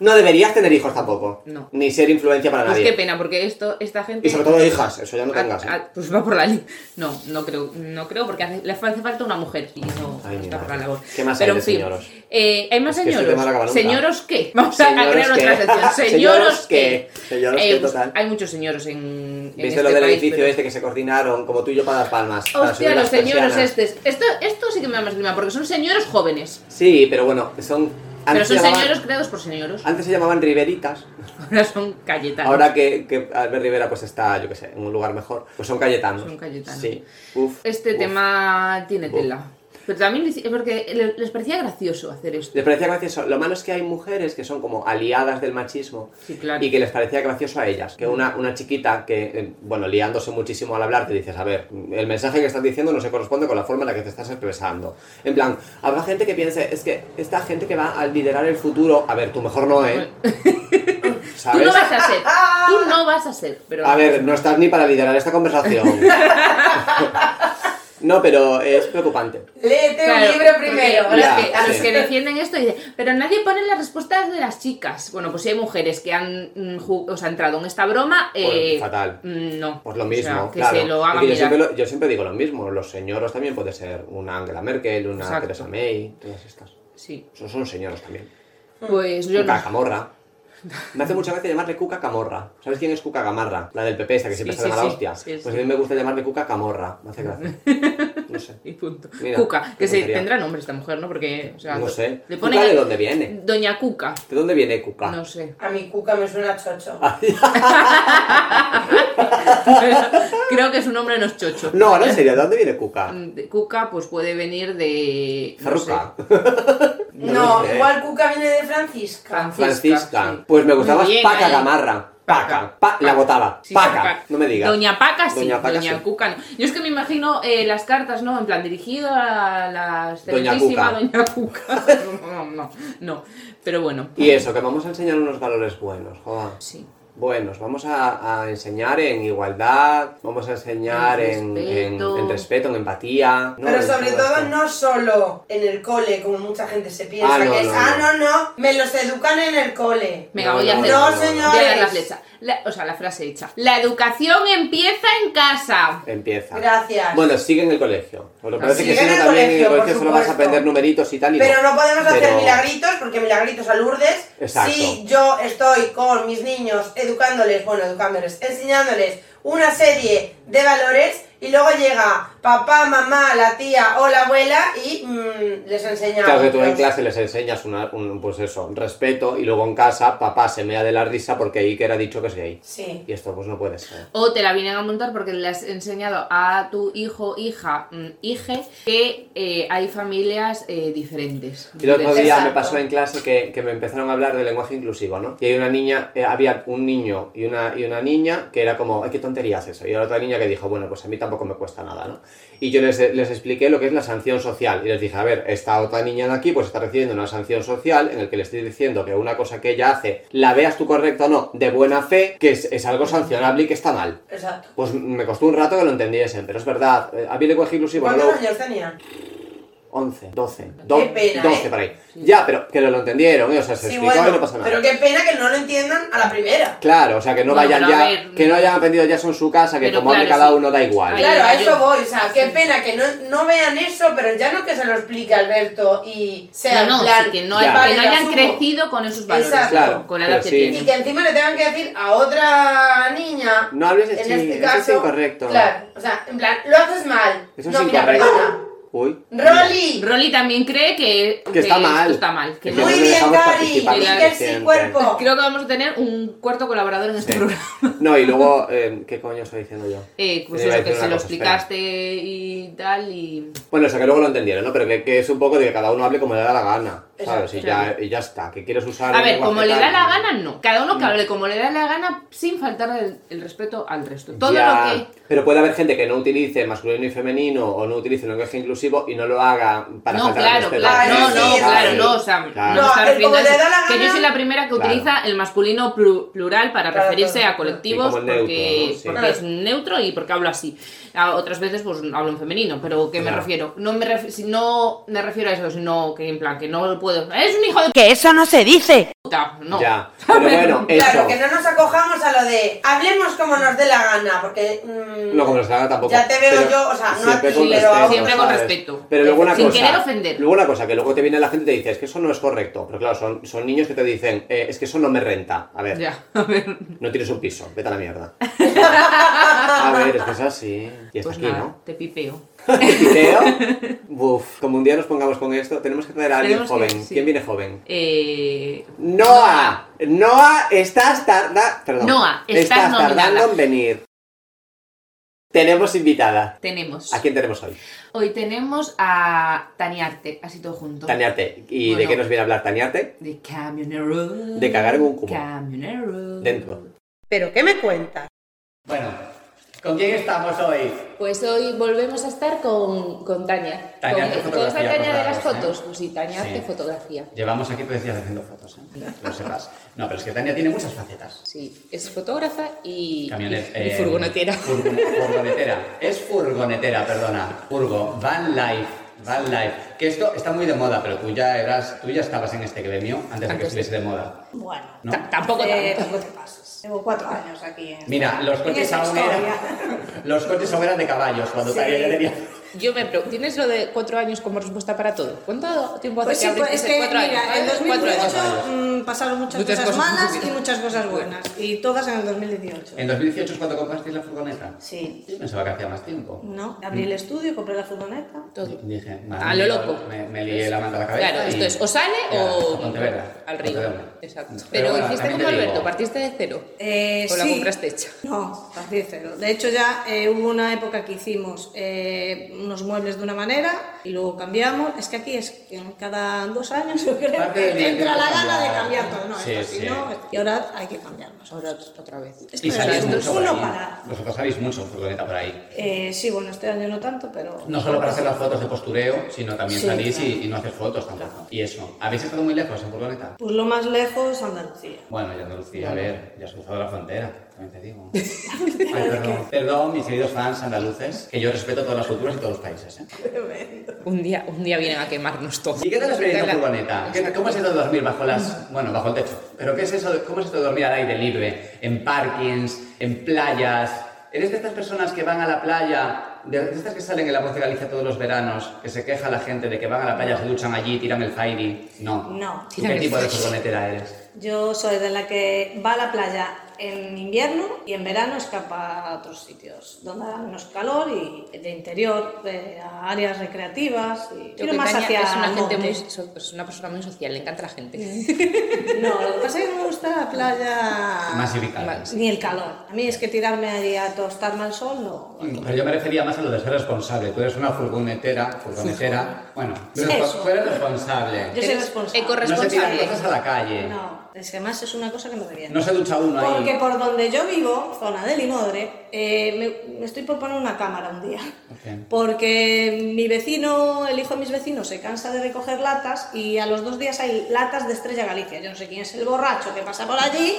S1: no deberías tener hijos tampoco.
S2: No.
S1: Ni ser influencia para
S2: Pues
S1: nadie.
S2: qué pena, porque esto, esta gente...
S1: Y sobre todo hijas, eso ya no
S2: a- *laughs*
S1: tengas. ¿eh?
S2: a- pues va por la li- No, no creo, no creo, porque hace- le hace falta una mujer y no,
S1: Ay,
S2: no está
S1: mi
S2: por la
S1: madre.
S2: labor.
S1: ¿Qué más
S2: Pero
S1: hay
S2: en
S1: de
S2: fin,
S1: señoros?
S2: eh, ¿Hay más
S1: Es que este
S2: señoros?
S1: tema no acaba nunca.
S2: ¿Señoros qué? Vamos a- a
S1: Señoros
S2: crear
S1: qué.
S2: otra
S1: *laughs*
S2: sección. ¿Señoros qué?
S1: Señoros
S2: Eh,
S1: qué,
S2: pues,
S1: total.
S2: Hay muchos señoros en, en
S1: ¿Viste
S2: este
S1: lo del
S2: país,
S1: edificio
S2: pero-
S1: este que se coordinaron como tú y yo para las palmas? para subir
S2: Hostia, los
S1: las
S2: señores este.
S1: persianas?
S2: estos. Esto, esto sí que me da más grima, porque son señores jóvenes.
S1: Sí, pero bueno, son.
S2: Pero
S1: se
S2: son
S1: llamaban-
S2: señores creados por señoros.
S1: Antes se llamaban riberitas.
S2: Ahora son Cayetanos.
S1: Ahora que, que Albert Rivera pues está, yo qué sé, en un lugar mejor, pues son cayetanos.
S2: Son cayetanos.
S1: Sí. Uf.
S2: Este
S1: uf.
S2: tema tiene
S1: Uf.
S2: tela. Pero también le hice- porque le- les parecía gracioso hacer esto.
S1: Les parecía gracioso. Lo malo es que hay mujeres que son como aliadas del machismo
S2: Sí, claro. Mm.
S1: y que les parecía gracioso a ellas. Que una, una chiquita que, eh, bueno, liándose muchísimo al hablar, te dices, a ver, el mensaje que estás diciendo no se corresponde con la forma en la que te estás expresando. En plan, habrá gente que piense, es que esta gente que va a liderar el futuro, a ver, tú mejor no, ¿eh?
S2: *laughs* Tú
S1: ¿Sabes?
S2: no vas a
S3: *laughs*
S2: ser. Tú no vas a ser. Pero
S1: A ver, no estás ni para liderar esta
S2: *laughs*
S1: conversación. no, pero es preocupante.
S3: Léete
S2: Claro,
S3: un libro
S2: porque
S3: primero.
S2: a los
S1: Ya,
S2: que- a los
S1: sí.
S2: que defienden esto dicen, pero nadie pone las respuestas de las chicas. Bueno, pues si hay mujeres que han mm, ju- o sea, entrado en esta broma,
S1: Pues,
S2: eh,
S1: fatal.
S2: mm, no.
S1: Pues lo
S2: O sea,
S1: mismo,
S2: que
S1: claro.
S2: se lo
S1: Es
S2: hagan
S1: que yo, siempre
S2: mirar.
S1: lo- yo siempre digo lo mismo, los señoros también puede ser una Angela Merkel, una
S2: Exacto.
S1: Theresa May, todas estas.
S2: Sí.
S1: Son, son señoros también.
S2: Pues yo
S1: Cuca
S2: no.
S1: Camorra. Me hace mucha gracia llamarle Cuca Camorra. ¿Sabes quién es Cuca Gamarra? La del PP esta que siempre
S2: Sí,
S1: se
S2: sí,
S1: llama la
S2: sí.
S1: hostia.
S2: Sí,
S1: pues
S2: sí.
S1: a mí me gusta llamarle Cuca Camorra. Me hace
S2: *laughs*
S1: gracia. No sé.
S2: Y punto.
S1: Mira,
S2: Cuca,
S1: qué
S2: que se
S1: tontería.
S2: tendrá nombre esta mujer, ¿no? Porque, o sea,
S1: No sé.
S2: le
S1: ¿Cuca de
S2: ponen
S1: dónde viene? Ah.
S2: Doña Cuca.
S1: ¿De dónde viene Cuca? *laughs*
S2: No sé.
S3: A mi cuca me suena chocho.
S1: Ah,
S2: Creo que su nombre no es chocho.
S1: No, ahora en serio, ¿de dónde viene Cuca?
S2: Mm, de- Cuca, pues puede venir de. no
S1: Ferruca.
S3: No,
S1: lo sé.
S3: igual cuca viene de Francisca.
S1: *laughs*
S2: Francisca.
S1: Francisca.
S2: sí.
S1: Pues me gustaba
S2: Muy bien,
S1: Paca
S2: ahí.
S1: Gamarra. Paca.
S2: Paca.
S1: Pa- la votaba.
S2: Sí,
S1: Paca.
S2: Paca.
S1: No me digas.
S2: Doña Paca sí,
S1: Doña
S2: Doña,
S1: Paca, sí.
S2: Cuca no. Yo es que me imagino eh, las cartas, ¿no? En plan, dirigido a la
S1: Doña
S2: excelentísima
S1: Cuca.
S2: Doña Cuca. *laughs* No, no, no, no. Pero bueno,
S1: Y eso, que vamos a enseñar unos valores buenos, joda.
S2: sí.
S1: Buenos, vamos a, a enseñar en igualdad, vamos a enseñar en,
S2: En respeto.
S1: en- en respeto, en empatía. No,
S3: Pero
S1: en
S3: sobre todo
S1: esto.
S3: no solo en el cole, como mucha gente se piensa,
S1: Ah, no,
S3: que es,
S1: no,
S3: ah, no, no, me los educan en el cole.
S2: Venga,
S1: No,
S2: voy a
S1: no,
S2: hacer.
S1: no,
S3: No,
S1: no, no.
S2: Voy a dar
S3: señores.
S2: la flecha. La- o sea, la frase hecha. La educación empieza en casa.
S1: Empieza.
S3: Gracias.
S1: Bueno, sigue en el colegio.
S2: Ah,
S1: Bueno, parece que
S3: Sigue
S1: si
S3: en
S1: no
S3: el
S1: también en el
S3: colegio, por
S1: colegio solo vas a
S3: supuesto.
S1: aprender numeritos y tal y
S3: Pero no podemos hacer
S1: Pero-
S3: milagritos, porque milagritos a Lourdes.
S1: Exacto.
S3: Si yo estoy con mis niños educándoles, bueno, educándoles, enseñándoles una serie de valores y luego llega papá, mamá, la tía o la abuela y mm, les Pues, enseña.
S1: Claro que tú en
S3: otros.
S1: clase les enseñas una- un, pues eso, respeto y luego en casa papá se mea de la risa porque Iker ha dicho que es gay.
S3: Sí.
S1: Y esto pues no puede ser.
S2: O te la vienen a montar porque le has enseñado a tu hijo, hija, mm, hije, que eh, hay familias eh, diferentes.
S1: Y el otro
S2: Entonces,
S1: día
S3: Exacto.
S1: me pasó en clase que, que me empezaron a hablar de lenguaje inclusivo, ¿no? Y hay una niña, eh, había un niño y una, y una niña que era como, ay, qué tontería es eso. Y la otra niña que dijo, bueno, pues a mí tampoco me cuesta nada, ¿no? Y yo les, les expliqué lo que es la sanción social y les dije, a ver, esta otra niña de aquí pues está recibiendo una sanción social en el que le estoy diciendo que una cosa que ella hace, la veas tú correcta o no, de buena fe, que es, es algo sancionable y que está mal.
S3: Exacto.
S1: Pues me costó un rato que lo entendiesen, pero es verdad, eh, a mí el lenguaje inclusivo no
S3: ¿Cuántos
S1: lo...
S3: años tenían?
S1: 11, 12, do-
S3: pena,
S1: 12
S3: ¿eh?
S1: por ahí. Ya, pero que lo, lo entendieron, ¿eh? o sea, se explicó y no pasa nada.
S3: pero qué pena que no lo entiendan a la primera.
S1: Claro, o sea, que no
S2: Bueno,
S1: vayan
S2: pero a
S1: ya,
S2: ver,
S1: que no hayan aprendido ya eso en su casa, que
S2: Pero
S1: como hable
S2: claro,
S1: cada
S2: sí.
S1: uno da igual.
S2: Ahí
S3: Claro,
S2: iba
S3: a eso
S2: yo.
S3: voy, o sea, qué pena que no, no vean eso, pero ya no que se lo explique Alberto y sea en
S2: no, no,
S3: plan,
S2: sí, que no, hay-
S1: ya.
S2: que
S3: vale,
S2: no
S3: lo
S2: hayan
S3: asumo.
S2: crecido con esos valores,
S3: Exacto.
S1: Claro,
S2: con la edad
S1: pero
S2: que
S1: sí.
S3: Y
S2: tienen.
S3: que encima le tengan que decir a otra niña,
S1: No hables de
S3: en
S1: sí,
S3: este
S1: eso
S3: caso,
S1: es incorrecto.
S3: Claro, o sea, en plan, lo haces mal.
S1: Eso es
S3: no, mira,
S1: incorrecto.
S3: perdona.
S1: Uy.
S3: Rolly,
S2: Rolly también cree que,
S1: Que está
S2: esto
S1: mal.
S2: está mal.
S1: Que
S2: que no-
S1: no
S3: muy
S1: le
S3: bien,
S1: dejamos
S3: Gary,
S1: participar
S2: en la
S3: Miguel sin
S1: siguiente.
S3: cuerpo.
S2: Creo que vamos a tener un cuarto colaborador en este
S1: Sí.
S2: programa. *laughs*
S1: No, y luego, eh, ¿qué coño estoy diciendo yo?
S2: Eh, pues
S1: Yo iba a
S2: eso, que
S1: decir
S2: se
S1: una
S2: lo
S1: cosa,
S2: explicaste y tal, y...
S1: Bueno, o sea, que luego lo entendieron, ¿no? Pero que, que es un poco de que cada uno hable como le da la gana, ¿sabes?
S3: Exacto,
S1: Y ya, y ya está, que quieres usar...
S2: A
S1: un
S2: ver,
S1: lenguaje
S2: como le da
S1: tal,
S2: la
S1: ¿no?
S2: gana, no. Cada uno que
S1: Mm.
S2: hable como le da la gana sin faltar el, el respeto al resto. Todo
S1: Ya,
S2: lo que...
S1: Pero puede haber gente que no utilice masculino y femenino o no utilice un lenguaje inclusivo y no lo haga para
S2: no,
S1: faltar al
S2: claro,
S1: respeto.
S2: claro, no,
S3: Claro,
S2: no,
S3: sí,
S2: claro,
S3: sí.
S2: no, o sea,
S1: Claro.
S2: no,
S3: No,
S2: está
S3: pero
S2: refiriendo
S3: como
S2: a
S3: le
S2: eso.
S3: da la
S2: que yo
S3: gana.
S2: soy la primera que
S1: Claro.
S2: utiliza el masculino plu- plural para
S3: Para
S2: referirse
S3: todo.
S2: a colectivos
S1: Y como el
S2: porque,
S1: neutro, ¿no? Sí.
S2: porque es neutro y porque hablo así. A otras veces pues hablo en femenino, pero ¿qué me
S1: Claro.
S2: refiero? No me, ref- si no me refiero a eso, sino que en plan que no puedo... Es un hijo de
S4: Que eso no se dice.
S2: puta, no. *laughs*
S1: Ya, pero bueno, eso.
S3: Claro, que no nos acojamos a lo de hablemos como nos dé la gana, porque. mm,
S1: No, como nos haga tampoco.
S3: Ya te veo
S1: pero
S3: yo, o sea, no
S1: siempre
S3: a ti,
S1: con
S3: pero a
S1: respeto,
S2: Siempre con
S1: ¿sabes?
S2: respeto.
S1: Pero luego una
S2: Sin
S1: cosa.
S2: querer ofender.
S1: Luego una cosa, que luego te viene la gente y te dice, es que eso no es correcto. Pero claro, son, son niños que te dicen, eh, es que eso no me renta. A ver,
S2: Ya, *laughs* a ver.
S1: no tienes un piso, vete a la
S2: *laughs*
S1: mierda. a ver, es que es así. Y está
S2: Pues
S1: aquí,
S2: nada,
S1: ¿no?
S2: te pipeo.
S1: Piteo.
S2: *laughs*
S1: Buf, como un día nos pongamos con esto, tenemos que traer a alguien
S2: Tenemos
S1: joven.
S2: que- sí.
S1: ¿Quién viene joven?
S2: Eh,
S1: Noah, Noah, estás tardando. Perdón.
S2: Noah, estás
S1: tardando
S2: nominada.
S1: en venir. Tenemos invitada.
S2: tenemos.
S1: ¿A quién tenemos hoy?
S2: Hoy tenemos a Taniarte, así todo junto.
S1: Taniarte. ¿Y de
S2: Bueno.
S1: qué nos viene a hablar Taniarte?
S2: De camionero.
S1: De cagar en un cubo.
S2: Camionero.
S1: Dentro.
S3: ¿Pero qué me cuentas?
S7: Bueno, ¿con quién estamos hoy?
S2: Pues hoy volvemos a estar con, con Tania.
S7: Tania
S2: con,
S7: hace
S2: con
S7: fotografía,
S2: esa Tania de
S7: por
S2: las
S7: favor,
S2: fotos. Pues sí, Tania
S7: Sí.
S2: hace fotografía.
S7: Llevamos aquí tres días haciendo fotos, ¿eh? Que lo sepas. No, pero es que Tania tiene muchas facetas.
S2: Sí, es fotógrafa y,
S7: Camiones,
S2: y- y
S7: eh,
S2: furgonetera.
S7: furgo- furgonetera. Es furgonetera, perdona. Furgo, van life, van life. Que esto está muy de moda, pero tú ya eras, tú ya estabas en este gremio antes de que
S2: Antes de-
S7: estuviese de moda.
S5: Bueno,
S2: *laughs*
S7: ¿no?
S2: Ta- Tampoco
S5: eh,
S2: tanto.
S5: tampoco te pases. Llevo cuatro años aquí. En...
S7: Mira, los coches
S5: esa
S7: aún eran, *laughs* los coches aún eran de caballos cuando
S5: Sí.
S7: Tania ya tenía.
S2: Yo me pregunto, ¿tienes lo de cuatro años como respuesta para todo? ¿Cuánto tiempo hace
S5: Pues sí,
S2: que
S5: pues,
S2: abriste
S5: es
S2: ese
S5: que
S2: cuatro años?
S5: mira, en
S2: ¿Cuatro años?
S5: 2018 mm, pasaron muchas,
S2: Muchas
S5: cosas,
S2: cosas
S5: malas y
S2: buenas.
S5: muchas cosas buenas. Y todas en el 2018.
S7: En 2018 es cuando comprasteis la furgoneta.
S5: Sí.
S7: Yo pensaba que hacía más tiempo.
S5: No, Mm. abrí el estudio, compré la furgoneta.
S2: Todo.
S7: Dije, madre
S2: A lo
S7: mía,
S2: loco.
S7: Me, me lié la manta a la cabeza.
S2: Claro,
S7: y-
S2: esto es o sale
S7: Ya,
S2: o
S7: a Pontevedra,
S2: al río.
S7: Pontevedra.
S2: Exacto. Pero,
S7: bueno,
S2: hiciste
S7: también
S2: como
S7: te digo,
S2: Alberto, partiste de cero.
S5: Eh,
S2: o la
S5: sí.
S2: compraste hecha.
S5: No, partí de cero. De hecho, ya eh, hubo una época que hicimos eh, unos muebles de una manera y luego cambiamos. Es que aquí es que en cada dos años yo creo
S7: Parte del
S5: que te entra
S7: dinero
S5: la
S7: que
S5: gana de
S7: cambiar.
S5: cambiar todo. No,
S7: Sí,
S5: esto sí,
S7: sí.
S5: no, esto- Y ahora hay que cambiarnos.
S2: Ahora otra vez.
S5: Esto
S7: Y
S5: es-
S7: salís
S5: esto es
S7: mucho por
S5: uno
S7: ahí.
S5: para.
S7: Vosotros sabéis mucho de furgoneta por ahí.
S5: Eh, sí, bueno, este año no tanto, pero.
S7: No solo para hacer las fotos de postureo, sino también
S5: Sí,
S7: salís y-
S5: claro.
S7: y, no hacer fotos tampoco. Y eso. ¿Habéis estado muy lejos en furgoneta?
S5: Pues lo más lejos, Andalucía.
S7: Bueno, ya Andalucía, a ver, ya has cruzado la frontera, también te digo. Ay, perdón. Perdón, mis queridos fans andaluces, que yo respeto todas las culturas y todos los países. ¿eh?
S2: Un día, un día vienen a quemarnos todo.
S7: ¿Y qué tal la experiencia en
S2: Tela.
S7: furgoneta? ¿Qué- ¿Cómo es eso de dormir bajo las... bueno, bajo el techo? ¿Pero qué es eso? de- ¿Cómo es esto de dormir al aire libre? En parkings, en playas... ¿Eres de estas personas que van a la playa, de de estas que salen en la voz de Galicia todos los veranos, que se queja la gente de que van a la playa, se duchan allí, tiran el fairy? No.
S5: No.
S7: ¿Tú
S2: Tiran
S7: ¿Qué
S2: el
S7: tipo de
S2: fairy.
S7: furgonetera eres?
S5: Yo soy de la que va a la playa en invierno y en verano escapa a otros sitios donde da menos calor y de interior, de a áreas recreativas. Y
S2: Yo
S5: tiro
S2: que
S5: más
S2: Tania
S5: hacia
S2: es una gente
S5: monte.
S2: muy so- es una persona muy social, le encanta la gente. *laughs*
S5: No, lo que pasa es que no me gusta la playa
S7: Más irritante.
S2: Más.
S5: ni el calor. A mí es que tirarme allí a tostarme al sol no.
S7: Pero yo me refería más a lo de ser responsable. Tú eres una furgonetera, furgonetera... Bueno,
S5: Eso.
S7: tú eres responsable.
S5: Yo soy responsable.
S7: No se tiran
S2: Ecorresponsable.
S7: cosas a la calle.
S5: No, es que además es una cosa que me revienta.
S7: No se ducha uno ahí.
S5: Porque por donde yo vivo, zona de Limodre, eh, me, me estoy por poner una cámara un día.
S7: Ok.
S5: Porque mi vecino, el hijo de mis vecinos, se cansa de recoger latas y a los dos días hay latas de Estrella Galicia. Yo no sé quién es el borracho que pasa por allí,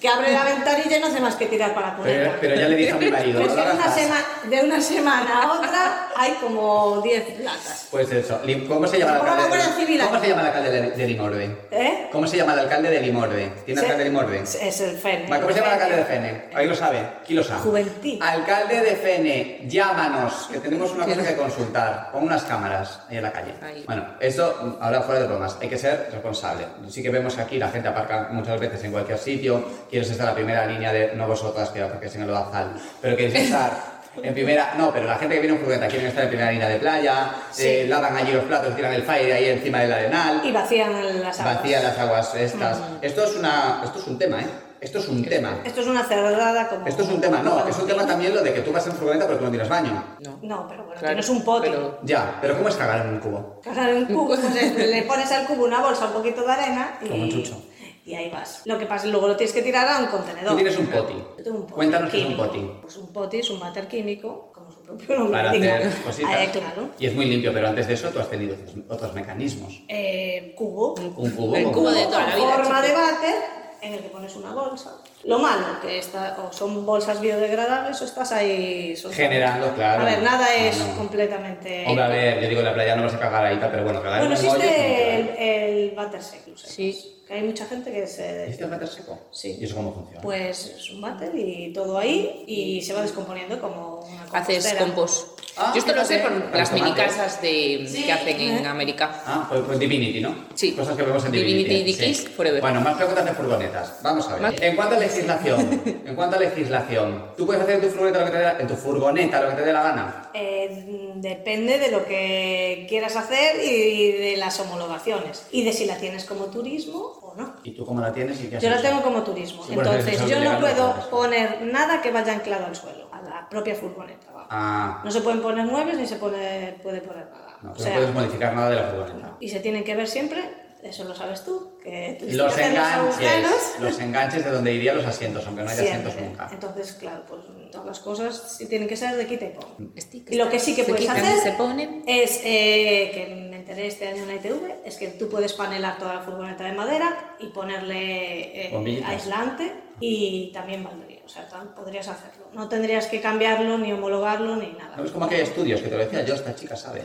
S5: que abre la ventanilla y no hace más que tirar para la
S7: Pero,
S5: cuneta.
S7: pero ya le dije a mi marido.
S5: Pues
S7: no
S5: de
S7: lo hagas
S5: una,
S7: más.
S5: sema- de una semana a otra hay como 10 latas.
S7: Pues eso. Lim- ¿Cómo se llama el
S5: Por la
S7: alcalde? de-
S5: Guardia Civil,
S7: ¿Cómo
S5: aquí.
S7: se llama el alcalde de, de Limorde?
S5: ¿Eh?
S7: ¿Cómo se llama el alcalde de Limorde? ¿Tiene
S5: Se-
S7: alcalde de Limorde?
S5: Es es el FEN.
S7: Va, ¿Cómo se llama el alcalde de Fene? Ahí lo sabe. ¿Quién lo sabe?
S5: Eh, Juventud.
S7: Alcalde de Fene, llámanos, que tenemos una cosa que consultar. Pon unas cámaras ahí en la calle.
S2: Ahí.
S7: Bueno, esto, ahora fuera de bromas, hay que ser responsable. Sí que vemos que aquí la gente aparca muchas veces en cualquier sitio. Quieres estar a primera línea de, no vosotras, que porque si no lo da sal, pero quieres
S5: *laughs*
S7: estar... En primera, no, pero la gente que viene en furgoneta quieren estar en primera línea de playa, eh, lavan allí los platos, tiran el fire ahí encima del arenal
S5: Y vacían las aguas. Mm.
S7: vacía las aguas estas. Esto es una esto es un tema, ¿eh? Esto es un tema.
S5: Esto es una cerrada como...
S7: Esto es un tema, no, es un tema también lo de que tú vas en furgoneta pero tú no tienes baño.
S2: No.
S5: No, pero bueno,
S2: Claro,
S5: tienes un pote.
S2: pero-
S7: Ya, pero ¿cómo es cagar en un cubo?
S5: Cagar un cubo, pues es- le pones al cubo una bolsa, un poquito de arena y...
S7: Como un chucho.
S5: Y ahí vas. Lo que pasa es que luego lo tienes que tirar a un contenedor.
S7: Tú tienes un poti.
S5: Yo tengo un poti
S7: Cuéntanos qué es un
S5: químico.
S7: poti.
S5: Pues un poti es un váter químico, como su propio nombre.
S7: Para
S5: indica.
S7: hacer cositas.
S5: Ah, eh, claro.
S7: Y es muy limpio, pero antes de eso tú has tenido otros, otros mecanismos.
S5: Eh, cubo.
S7: Un cubo.
S2: El
S7: con-
S2: cubo de toda la
S5: Con
S2: vida, chico.
S5: forma de váter en el que pones una bolsa. Lo malo que esta, o son bolsas biodegradables o estás ahí soltando.
S7: Generando, claro.
S5: A ver, nada es
S7: Ah, no.
S5: completamente.
S7: Hombre, a ver, yo digo en la playa no vas a cagar ahí, pero bueno, cagar
S5: bueno,
S7: en un hoyo es ¿eh? muy
S5: existe
S7: claro.
S5: el, el váter seco. no sé.
S2: Sí.
S5: Que hay mucha gente que se.
S7: ¿Existe el váter seco?
S5: Sí.
S7: ¿Y eso cómo funciona?
S5: Pues es un váter y todo ahí y se va descomponiendo como una
S2: Haces
S5: compostera.
S2: compost.
S7: Ah,
S2: Yo esto lo sé por
S7: fíjate.
S2: las
S7: Con
S2: mini
S7: tomates.
S2: casas de, que hacen en América.
S7: Ah, pues, pues Divinity, ¿no?
S2: Sí.
S7: Cosas que vemos en Divinity.
S2: Divinity,
S7: sí.
S2: Dickies, forever.
S7: Bueno, más preguntas de furgonetas. Vamos a
S2: Más-
S7: ver. En cuanto
S5: *laughs*
S7: a legislación, en cuanto a legislación, ¿tú puedes hacer en tu furgoneta lo que te dé la, en tu furgoneta lo que te dé la gana?
S5: Eh, depende de lo que quieras hacer y de las homologaciones y de si la tienes como turismo o no.
S7: ¿Y tú cómo la tienes y qué has
S5: Yo la
S7: hecho?
S5: tengo como turismo,
S7: Sí, bueno,
S5: entonces
S7: eso es
S5: yo no
S7: legal,
S5: puedo
S7: claro.
S5: poner nada que vaya anclado al suelo, a la propia furgoneta. vamos.
S7: Ah,
S5: No se pueden poner muebles ni se pone, puede poner nada.
S7: no,
S5: O
S7: tú no
S5: sea,
S7: puedes modificar nada de la furgoneta.
S5: y se tienen que ver siempre, eso lo sabes tú, que tú tienes
S7: Los
S5: que hacer los
S7: enganches,
S5: agujeros.
S7: los enganches de donde irían los asientos, aunque no haya asientos
S5: Siempre.
S7: nunca.
S5: Entonces, claro, pues todas las cosas sí tienen que ser de quita y pon.
S2: Stickers.
S5: Y lo que sí que
S2: Se
S5: puedes
S2: quitan y
S5: hacer
S2: se ponen.
S5: es eh, que me enteré este año en la ITV, es que tú puedes panelar toda la furgoneta de madera y ponerle eh,
S7: Bombillitas.
S5: aislante y también valdría, o sea, tan- podrías hacerlo. No tendrías que cambiarlo ni homologarlo ni nada.
S7: ¿No es como que hay estudios que te lo decía yo? Esta chica sabe.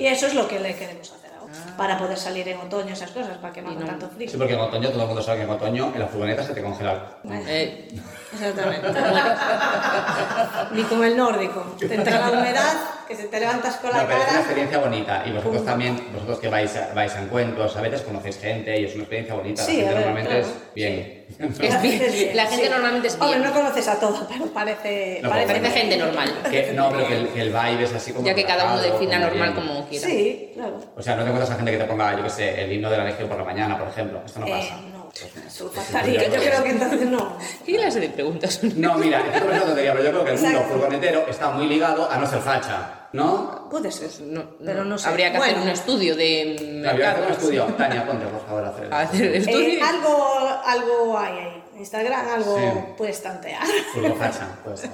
S5: Y eso es lo que le queremos hacer ahora, para poder salir en otoño esas cosas, para que no
S2: Ah. Y
S5: haga
S2: no-
S5: tanto frío.
S7: Sí, porque en otoño todo el mundo sabe que en otoño en la furgoneta se te congela.
S2: Eh,
S5: Exactamente. ni como el nórdico, te entra la humedad, que se te levantas con la
S7: No, pero es una
S5: cara.
S7: experiencia bonita y vosotros
S5: Pum.
S7: también, vosotros que vais a, vais a encuentros, a veces conocéis gente y es una experiencia bonita.
S5: Sí,
S7: la
S5: a
S7: gente
S5: ver,
S7: normalmente
S5: claro.
S7: es bien.
S2: es bien.
S5: Es bien,
S2: La gente
S5: sí.
S2: normalmente es
S5: Hombre,
S2: bien.
S5: no conoces a todos, pero parece.
S7: No,
S2: Parece gente normal.
S7: *laughs* Que- no, pero que el, que el vibe es así como.
S2: Ya que cada uno
S7: relajado,
S2: defina
S7: como
S2: normal
S7: bien.
S2: como quiera.
S5: Sí, claro.
S7: O sea, no te encuentras a gente que te ponga, yo qué sé, el himno de la legión por la mañana, por ejemplo. Esto no
S5: Eh,
S7: pasa. Pues
S5: no, eso pasaría. Yo creo que entonces no.
S2: Y las de preguntas. *laughs*
S7: No, mira, esto es una tontería, pero yo creo que el mundo
S5: Exacto.
S7: furgonetero está muy ligado a no ser facha, ¿no?
S5: Puede ser.
S2: No,
S5: Pero no sé.
S2: Habría que hacer
S5: Bueno.
S2: un estudio de
S7: Había que hacer un
S2: mercados.
S7: estudio. Tania, ponte, por favor, a hacer el
S2: A hacer
S5: Eh,
S2: estudio.
S5: algo, algo hay ahí. En Instagram algo
S7: Sí.
S5: puedes tantear.
S7: Pues Furgofacha, puede ser.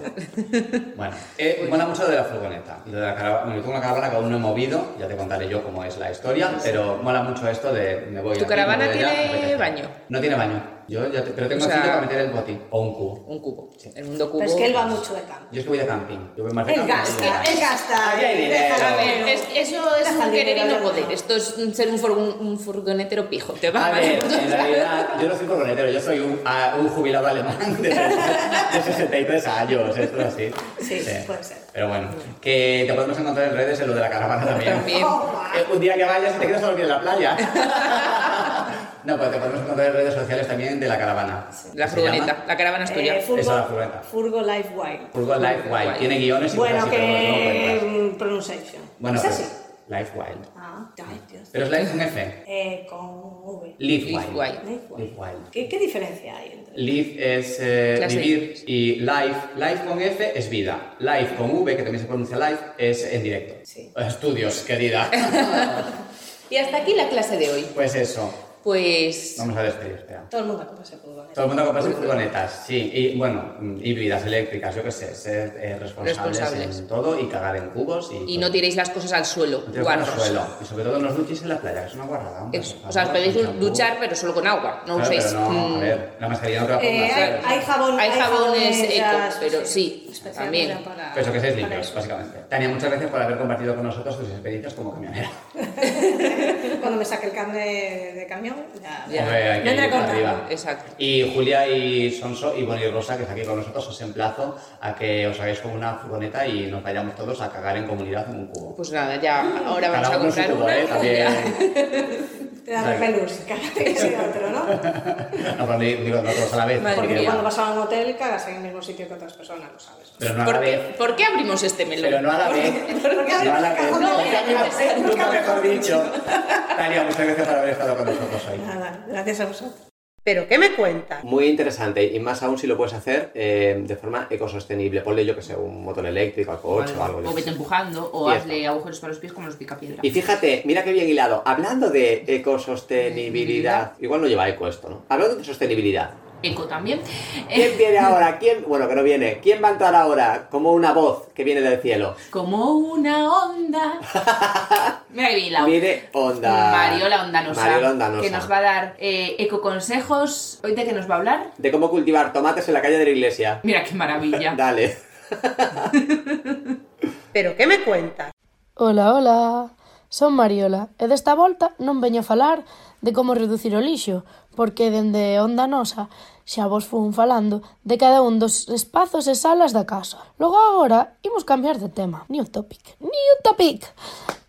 S7: Bueno, eh, mola mucho de la furgoneta. y lo de la caravana. Bueno, yo tengo una caravana que aún no he movido, ya te contaré yo cómo es la historia, pero mola mucho esto de me voy
S2: ¿Tu
S7: aquí,
S2: caravana
S7: me voy allá,
S2: tiene
S7: me apetece.
S2: baño?
S7: No tiene baño. Yo ya te- pero tengo
S2: O sea-
S7: sitio para meter el botín o un cubo.
S2: Un cubo. El mundo cubo.
S5: Pero es que él va mucho de campo.
S7: Yo es que voy de camping. Yo voy más de
S5: Él
S7: camping.
S5: gasta, él gasta.
S7: Aquí hay dinero.
S5: Déjalo.
S2: A ver, es- eso es
S5: Deja
S2: un
S5: el dinero,
S2: querer y no
S5: Alberto.
S2: poder. Esto es un ser un, fur- un- un furgonetero pijo. Te va
S7: A
S2: mal.
S7: ver, en realidad, yo no soy furgonetero, yo soy un, a- un jubilado alemán de, de 63 años, esto es así.
S5: Sí, puede ser.
S7: Pero bueno, que te podemos encontrar en redes en lo de la caravana también.
S5: Oh,
S2: También.
S7: Eh, un día que vayas y te quedas a dormir en la playa. *laughs* no, pero te podemos encontrar en redes sociales también de la caravana.
S2: La
S7: ¿Se llama?
S2: furgoneta, la caravana es tuya.
S5: Eh, furgo,
S7: Esa es la furgoneta.
S5: Furgo Life Wild.
S7: Furgo Life Wild.
S2: Wild.
S7: Tiene guiones y
S5: Bueno,
S7: cosas así, pero no lo encuentras.
S5: que. mm, Pronunciation.
S7: Bueno, pues.
S5: ¿Es
S7: pero-
S5: así?
S7: Life Wild.
S5: Ah, ay, Dios.
S7: Pero es Life con F.
S5: Eh, con V.
S7: Live
S2: Live
S7: Wild.
S2: Wild.
S5: Life Wild.
S7: Live Wild.
S5: ¿Qué, qué diferencia hay entre.?
S7: Live es eh,
S2: Clase.
S7: vivir y life, life con F es vida. Life con V, que también se pronuncia life, es en directo.
S5: Sí.
S2: *laughs*
S7: Estudios, querida.
S2: Y hasta aquí la clase de hoy.
S7: pues eso.
S2: pues...
S7: Vamos a despedir, espera.
S5: Todo el mundo compra ese
S2: ¿eh?
S5: furgoneta.
S7: Todo el mundo compra sus furgonetas, sí. Y bueno, mm, híbridas, eléctricas, yo qué sé, ser eh, responsables,
S2: Responsables.
S7: en todo y cagar en cubos y.
S2: Y no
S7: tirar
S2: tiréis las cosas al suelo,
S7: al
S2: guarros.
S7: suelo. Y sobre todo no os duchéis en la playa, que es una guarrada. hombre,
S2: Es-
S7: por
S2: o sea, os
S7: favor,
S2: podéis
S7: con champú.
S2: duchar, pero solo con agua, no
S7: Claro,
S2: uséis...
S7: pero no, a
S2: mm,
S7: ver, la mascarilla no te va a poner.
S5: Eh, hay,
S7: ¿sabes?
S5: hay jabón,
S2: Hay jabones eco,
S5: esas,
S2: pero sí,
S5: especial
S2: también.
S5: ya para-
S7: Pero eso Pues que seáis
S5: para
S7: limpios,
S5: eso.
S7: básicamente. Tania, muchas gracias por haber compartido con nosotros tus experiencias como camionera.
S5: Cuando me saque el carnet de camión, ya.
S2: Ya.
S7: Hombre, hay que
S5: Vendré
S7: ir
S5: con
S7: para
S5: calma.
S7: arriba.
S2: Exacto.
S7: Y Julia y Sonso y bueno y Rosa, que está aquí con nosotros, os emplazo a que os hagáis con una furgoneta y nos vayamos todos a cagar en comunidad en un cubo.
S2: Pues nada, ya ahora
S7: Cada
S2: vamos a
S7: uno en su
S2: comprar
S7: cubo,
S2: una.
S7: ¿eh? También.
S5: Te dan repelús, *laughs* cállate que sea otro, ¿no?
S7: No, pero digo, no todos a la vez.
S2: Madre
S7: porque-
S5: Porque
S2: mía.
S5: cuando vas a un hotel, cagas en el mismo sitio que otras personas, lo sabes.
S7: Pero no a la
S2: ¿Por,
S7: vez.
S2: qué, por qué abrimos este melón?
S7: Pero no a la vez.
S2: *laughs*
S7: No a la vez.
S5: No,
S7: Nunca
S5: mira,
S7: mejor- Nunca mejor dicho. Tania, muchas gracias por haber estado con nosotros hoy.
S5: Nada, gracias a vosotros.
S4: ¿Pero qué me cuentas?
S1: Muy interesante y más aún si lo puedes hacer eh, de forma ecosostenible. Ponle yo que sé, un motor eléctrico al coche o algo. yo
S2: o
S1: qué
S2: vete
S1: sé.
S2: empujando, o
S1: Y
S2: hazle agujeros para los pies como los picapiedra.
S1: Y fíjate, mira qué bien hilado. Hablando de ecosostenibilidad, igual no lleva eco esto, ¿no? Hablando de sostenibilidad,
S2: Eco también.
S1: ¿quién
S2: Eh,
S1: viene ahora? ¿Quién? Bueno, que no viene. ¿Quién va a entrar ahora como una voz que viene del cielo?
S2: como una onda.
S1: *laughs*
S2: Mira que bien hilado.
S1: Viene Onda.
S2: Mariola Ondanosa,
S1: Mariola Ondanosa.
S2: que nos va a dar eh, ecoconsejos. ¿Hoy de qué nos va a hablar?
S1: De cómo cultivar tomates en la calle de la iglesia.
S2: Mira qué
S1: *laughs*
S2: maravilla.
S1: Dale.
S4: ¿Pero qué me cuentas?
S8: Ola, ola, son Mariola e desta volta non veño falar de como reducir o lixo, porque dende Onda Nosa xa vos fun falando de cada un dos espazos e salas da casa. Logo agora imos cambiar de tema. New topic. New topic!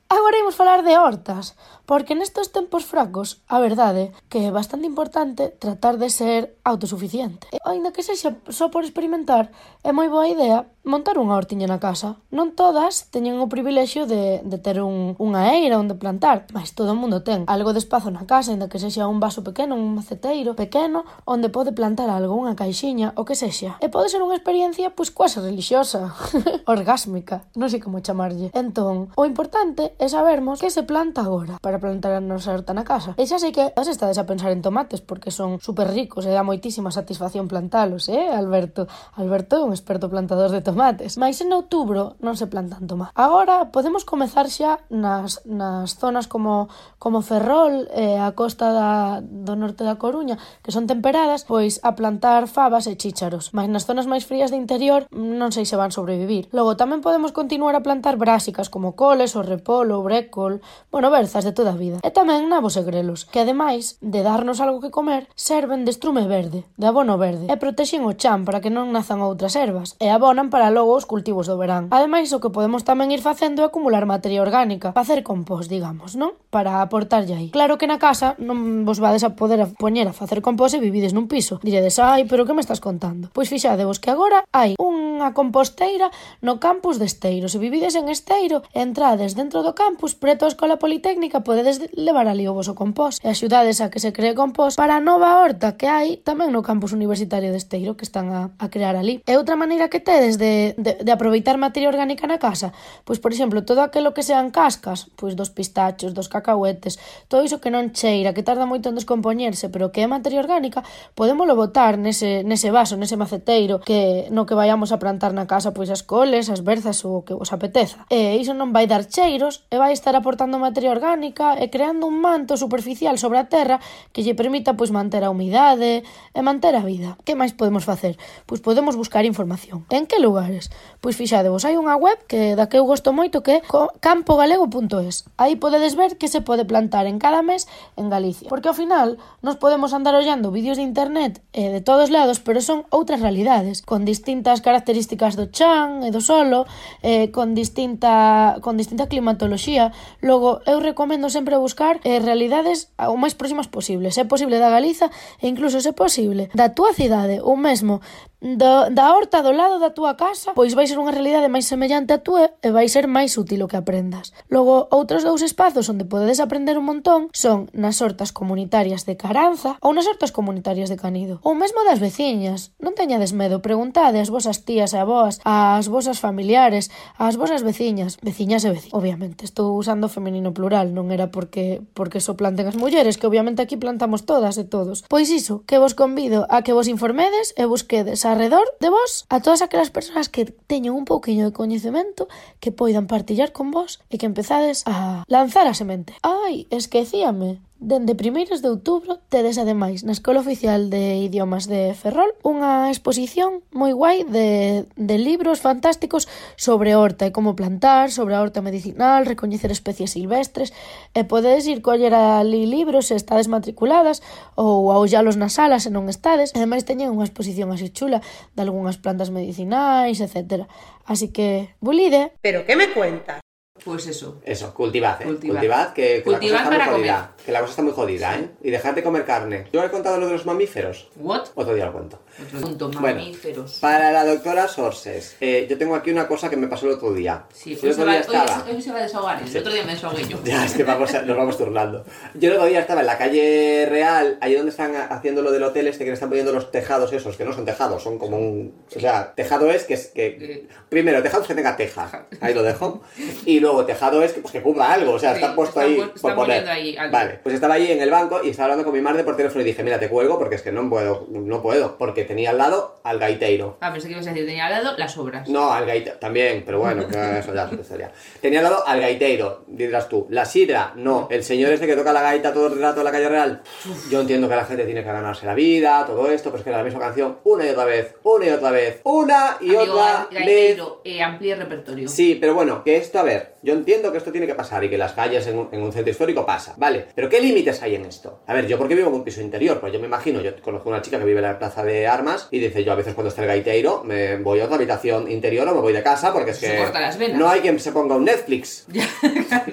S8: Agora imos falar de hortas, porque nestos tempos fracos, a verdade, que é bastante importante tratar de ser autosuficiente. E, ainda que sexa só por experimentar, é moi boa idea montar unha hortiña na casa. Non todas teñen o privilexio de, de ter un, unha eira onde plantar, mas todo o mundo ten algo de espazo na casa, ainda que sexa un vaso pequeno, un maceteiro pequeno, onde pode plantar algo, unha caixiña, o que sexa. E pode ser unha experiencia pois quase relixiosa, *laughs* orgásmica, non sei como chamarlle. Entón, o importante é sabermos que se planta agora para plantar a nosa horta na casa. E xa sei que as estades a pensar en tomates porque son super ricos e dá moitísima satisfacción plantalos, eh, Alberto? Alberto é un experto plantador de tomates. Mas en outubro non se plantan tomates. Agora podemos comezar xa nas, nas zonas como, como Ferrol, eh, a costa da, do norte da Coruña, que son temperadas, pois a plantar favas e chícharos. Mas nas zonas máis frías de interior non sei se van sobrevivir. Logo tamén podemos continuar a plantar brásicas como coles, o repolo, o brécol, bueno, berzas de toda a vida. E tamén nabos e grelos, que ademais de darnos algo que comer, serven de estrume verde, de abono verde, e protexen o chan para que non nazan outras ervas, e abonan para logo os cultivos do verán. Ademais, o que podemos tamén ir facendo é acumular materia orgánica, facer compost, digamos, non? Para aportarlle aí. Claro que na casa non vos vades a poder a poñer a facer compost e vivides nun piso. Diredes, ai, pero que me estás contando? Pois fixadevos que agora hai unha composteira no campus de Esteiro. Se vivides en Esteiro, entrades dentro do campus, preto á Escola Politécnica, podedes de- levar ali o voso compost e axudades a que se cree compost para a nova horta que hai tamén no campus universitario de Esteiro que están a, a crear ali. E outra maneira que tedes de, de, de aproveitar materia orgánica na casa, pois, por exemplo, todo aquilo que sean cascas, pois dos pistachos, dos cacahuetes, todo iso que non cheira, que tarda moito en descompoñerse, pero que é materia orgánica, podémolo botar nese, nese vaso, nese maceteiro que no que vayamos a plantar na casa pois as coles, as berzas ou o que vos apeteza. E iso non vai dar cheiros e vai estar aportando materia orgánica e creando un manto superficial sobre a terra que lle permita pois manter a humidade e manter a vida. Que máis podemos facer? Pois podemos buscar información. En que lugares? Pois fixadevos, hai unha web que da que eu gosto moito que é co- campogalego.es. Aí podedes ver que se pode plantar en cada mes en Galicia. Porque ao final nos podemos andar ollando vídeos de internet e de todos lados, pero son outras realidades, con distintas características do chan e do solo, eh, con distinta con distinta climatoloxía. Logo, eu recomendo sempre buscar eh, realidades o máis próximas posible, se é posible da Galiza e incluso se é posible da túa cidade ou mesmo do, da horta do lado da túa casa casa, pois vai ser unha realidade máis semellante a túa e vai ser máis útil o que aprendas. Logo, outros dous espazos onde podedes aprender un montón son nas hortas comunitarias de Caranza ou nas hortas comunitarias de Canido, ou mesmo das veciñas. Non teñades medo, preguntade ás vosas tías e avós, ás vosas familiares, ás vosas veciñas, veciñas e veciñas. Obviamente, estou usando o feminino plural, non era porque porque só planten as mulleres, que obviamente aquí plantamos todas e todos. Pois iso, que vos convido a que vos informedes e busquedes arredor de vos a todas aquelas persoas que teñen un pouquiño de coñecemento que poidan partillar con vos e que empezades a lanzar a semente. Ai, esquecíame. Dende primeiros de outubro tedes ademais na Escola Oficial de Idiomas de Ferrol unha exposición moi guai de, de libros fantásticos sobre horta e como plantar, sobre a horta medicinal, recoñecer especies silvestres e podedes ir coller ali libros se estades matriculadas ou a ollalos na sala se non estades. Ademais teñen unha exposición así chula de algunhas plantas medicinais, etc. Así que, bulide,
S3: Pero, ¿qué me cuentas?
S9: Pues eso.
S1: Eso, cultivad, ¿eh?
S9: Cultivad.
S1: Cultivad, que, que
S2: Cultivad
S1: la cosa está
S2: para
S1: muy jodida.
S2: comer.
S1: Que la cosa está muy jodida, ¿eh? Y dejad de comer carne. Yo he contado lo de los mamíferos.
S9: What?
S1: Otro día lo cuento.
S9: Otro punto,
S1: Bueno.
S9: mamíferos.
S1: Para la doctora Sorses, eh, yo tengo aquí una cosa que me pasó el otro día.
S9: Sí,
S1: Yo
S2: pues
S9: hoy
S1: el
S9: se,
S1: otro
S9: va,
S1: día
S9: hoy,
S1: estaba.
S9: hoy se va a desahogar. El otro día me desahogué yo.
S1: Ya, es que vamos a- nos vamos turnando. Yo el otro día estaba en la calle Real, allí donde están ha- haciendo lo del hotel este que le están poniendo los tejados esos, que no son tejados, son como un... O sea, tejado es que... es que
S9: Eh.
S1: primero, tejado es que tenga teja, ahí lo dejo. Y luego, tejado es que, pues, que cubra algo, o sea,
S9: Sí,
S1: está puesto
S9: están
S1: ahí
S9: pu-
S1: por
S9: están
S1: poner.
S9: poniendo ahí algo.
S1: Vale, pues estaba ahí en el banco y estaba hablando con mi madre por teléfono y dije, mira, te cuelgo porque es que no puedo, no puedo, porque tenía al lado al gaitero.
S9: Ah, pensé que ibas a decir, tenía al lado las obras.
S1: No, al gaitero también, pero bueno, que eso ya es otra historia. Tenía al lado al gaitero, dirás tú. La sidra, no. El señor este que toca la gaita todo el rato en la calle real. Yo entiendo que la gente tiene que ganarse la vida, todo esto, pero es que era la misma canción una y otra vez, una y otra vez, una y
S9: Amigo
S1: otra vez.
S9: gaitero, eh, amplíe el repertorio.
S1: Sí, pero bueno, que esto, a ver, yo entiendo que esto tiene que pasar y que las calles en un, en un centro histórico pasa, ¿vale? Pero ¿qué límites hay en esto? A ver, yo porque vivo en un piso interior, pues yo me imagino, yo conozco una chica que vive en la plaza de armas y dice, yo a veces cuando está el gaiteiro me voy a otra habitación interior o me voy de casa porque es
S9: Se
S1: que
S9: corta las venas.
S1: no hay quien se ponga un Netflix.
S9: *laughs*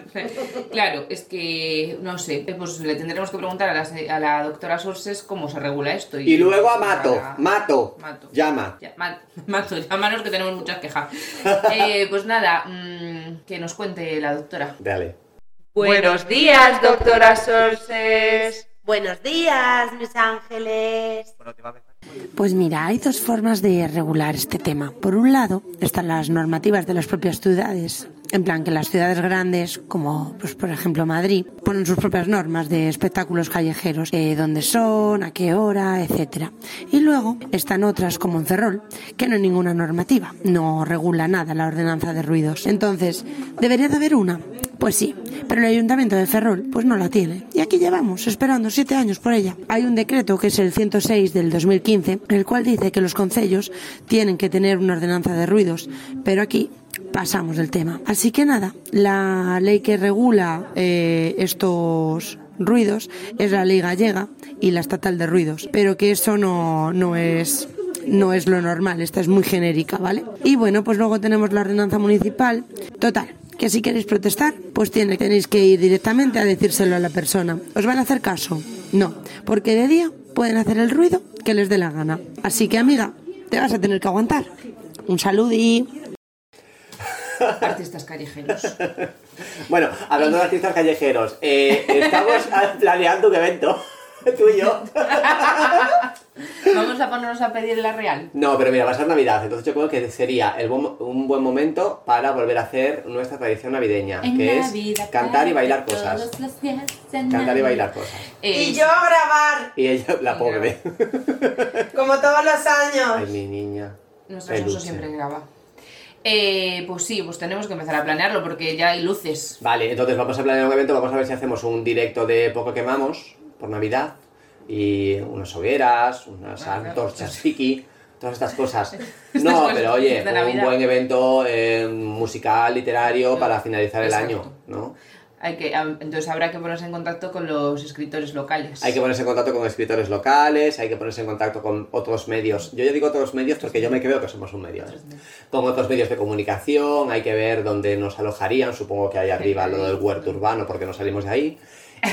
S9: claro, es que no sé, eh, pues le tendremos que preguntar a la, se- a la doctora Sorses cómo se regula esto. pues
S1: Y luego a Mato,
S9: a la-
S1: Mato,
S9: Mato.
S1: llama.
S9: Ya, *laughs* ma- Mato, llámanos que tenemos muchas quejas. Eh, pues nada, mm, que nos cuente la doctora.
S1: Dale.
S6: Buenos días, doctora Sorses.
S3: Buenos días, mis ángeles.
S4: Pues mira, hay dos formas de regular este tema. Por un lado, están las normativas de las propias ciudades. En plan, que las ciudades grandes, como pues, por ejemplo Madrid, ponen sus propias normas de espectáculos callejeros, eh, dónde son, a qué hora, etcétera. Y luego están otras, como en Ferrol, que no hay ninguna normativa, no regula nada la ordenanza de ruidos. Entonces, ¿debería de haber una? Pues sí, pero el Ayuntamiento de Ferrol pues no la tiene. Y aquí llevamos esperando siete años por ella. Hay un decreto que es el 106 del 2015, el cual dice que los concellos tienen que tener una ordenanza de ruidos, pero aquí pasamos del tema. Así que nada, la ley que regula eh, estos ruidos es la ley gallega y la estatal de ruidos, pero que eso no, no es no es lo normal, esta es muy genérica, ¿vale? Y bueno, pues luego tenemos la ordenanza municipal. Total, que si queréis protestar, pues tiene- tenéis que ir directamente a decírselo a la persona. ¿Os van a hacer caso? No, porque de día pueden hacer el ruido que les dé la gana. Así que amiga, te vas a tener que aguantar. Un saludo y...
S9: Artistas callejeros.
S1: Bueno, hablando de artistas callejeros, eh, estamos *laughs* planeando un evento, *laughs* tú y yo.
S9: Vamos a ponernos a pedir la real.
S1: No, pero mira, va a ser Navidad, entonces yo creo que sería el buen- un buen momento para volver a hacer nuestra tradición navideña, que es cantar y bailar cosas. Cantar y bailar cosas.
S9: Eh,
S3: Y yo a grabar,
S1: Y ella, la pobre.
S3: como todos los
S1: Ay,
S3: años.
S1: mi niña.
S9: Nuestra
S1: Peluche.
S9: Sonso siempre graba. Eh, pues sí, pues tenemos que empezar a planearlo porque ya hay luces.
S1: Vale, entonces vamos a planear un evento, vamos a ver si hacemos un directo de poco quemamos por Navidad y unas hogueras, unas
S9: Ah, claro.
S1: antorchas tiki, todas estas cosas.
S9: *laughs* Estas
S1: No,
S9: cosas
S1: pero oye,
S9: de
S1: un
S9: Navidad.
S1: buen evento eh, musical, literario
S9: No,
S1: para finalizar el
S9: exacto.
S1: año, ¿no?
S9: Hay que, am- entonces habrá que ponerse en contacto con los escritores locales.
S1: Hay que ponerse en contacto con escritores locales, hay que ponerse en contacto con otros medios. Yo ya digo otros medios porque yo me creo que somos un medio. ¿eh? Con otros medios de comunicación, hay que ver dónde nos alojarían. Supongo que hay arriba lo del huerto urbano
S2: *laughs*
S1: porque no salimos de ahí.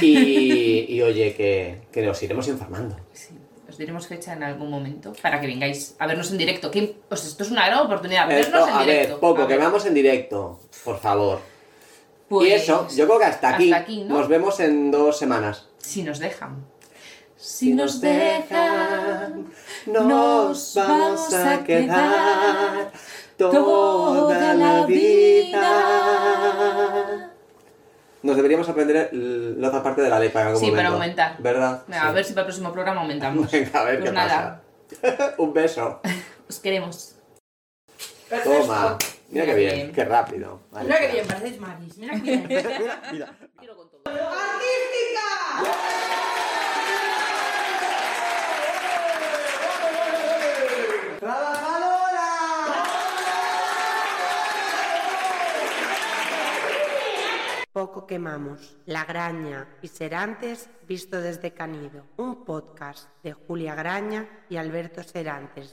S1: Y, y oye, que, que nos iremos informando.
S9: Sí.
S2: Os diremos fecha en algún momento para que vengáis a vernos en directo. Que, o sea, esto es una gran oportunidad.
S1: Esto,
S2: Vernos en
S1: a
S2: directo.
S1: ver, poco,
S2: A
S1: que
S2: ver.
S1: vamos en directo, por favor.
S2: Pues,
S1: y eso, yo creo que hasta aquí,
S2: hasta aquí, ¿no?
S1: nos vemos en dos semanas.
S2: Si nos dejan. Si nos dejan.
S1: nos vamos a quedar toda la vida. Nos deberíamos aprender el- la otra parte de la ley para algún
S2: Sí,
S1: momento.
S2: para aumentar.
S1: ¿Verdad?
S2: Venga, A
S1: Sí.
S2: ver si para el próximo programa
S1: *laughs*
S2: aumentamos.
S1: Venga, a ver
S2: Pues
S1: qué
S2: nada,
S1: pasa. *laughs* Un
S2: *laughs*
S1: beso.
S2: os queremos.
S3: Perfecto.
S1: Toma. Mira qué
S2: Mira
S1: bien,
S2: bien.
S1: qué rápido. Vale,
S3: Mira que
S1: espera.
S3: bien, parecéis maris. Mira que bien.
S1: Mira, mira.
S3: Poco quemamos, La Graña, Serantes visto desde Canido, un podcast de Julia Graña y Alberto Serantes.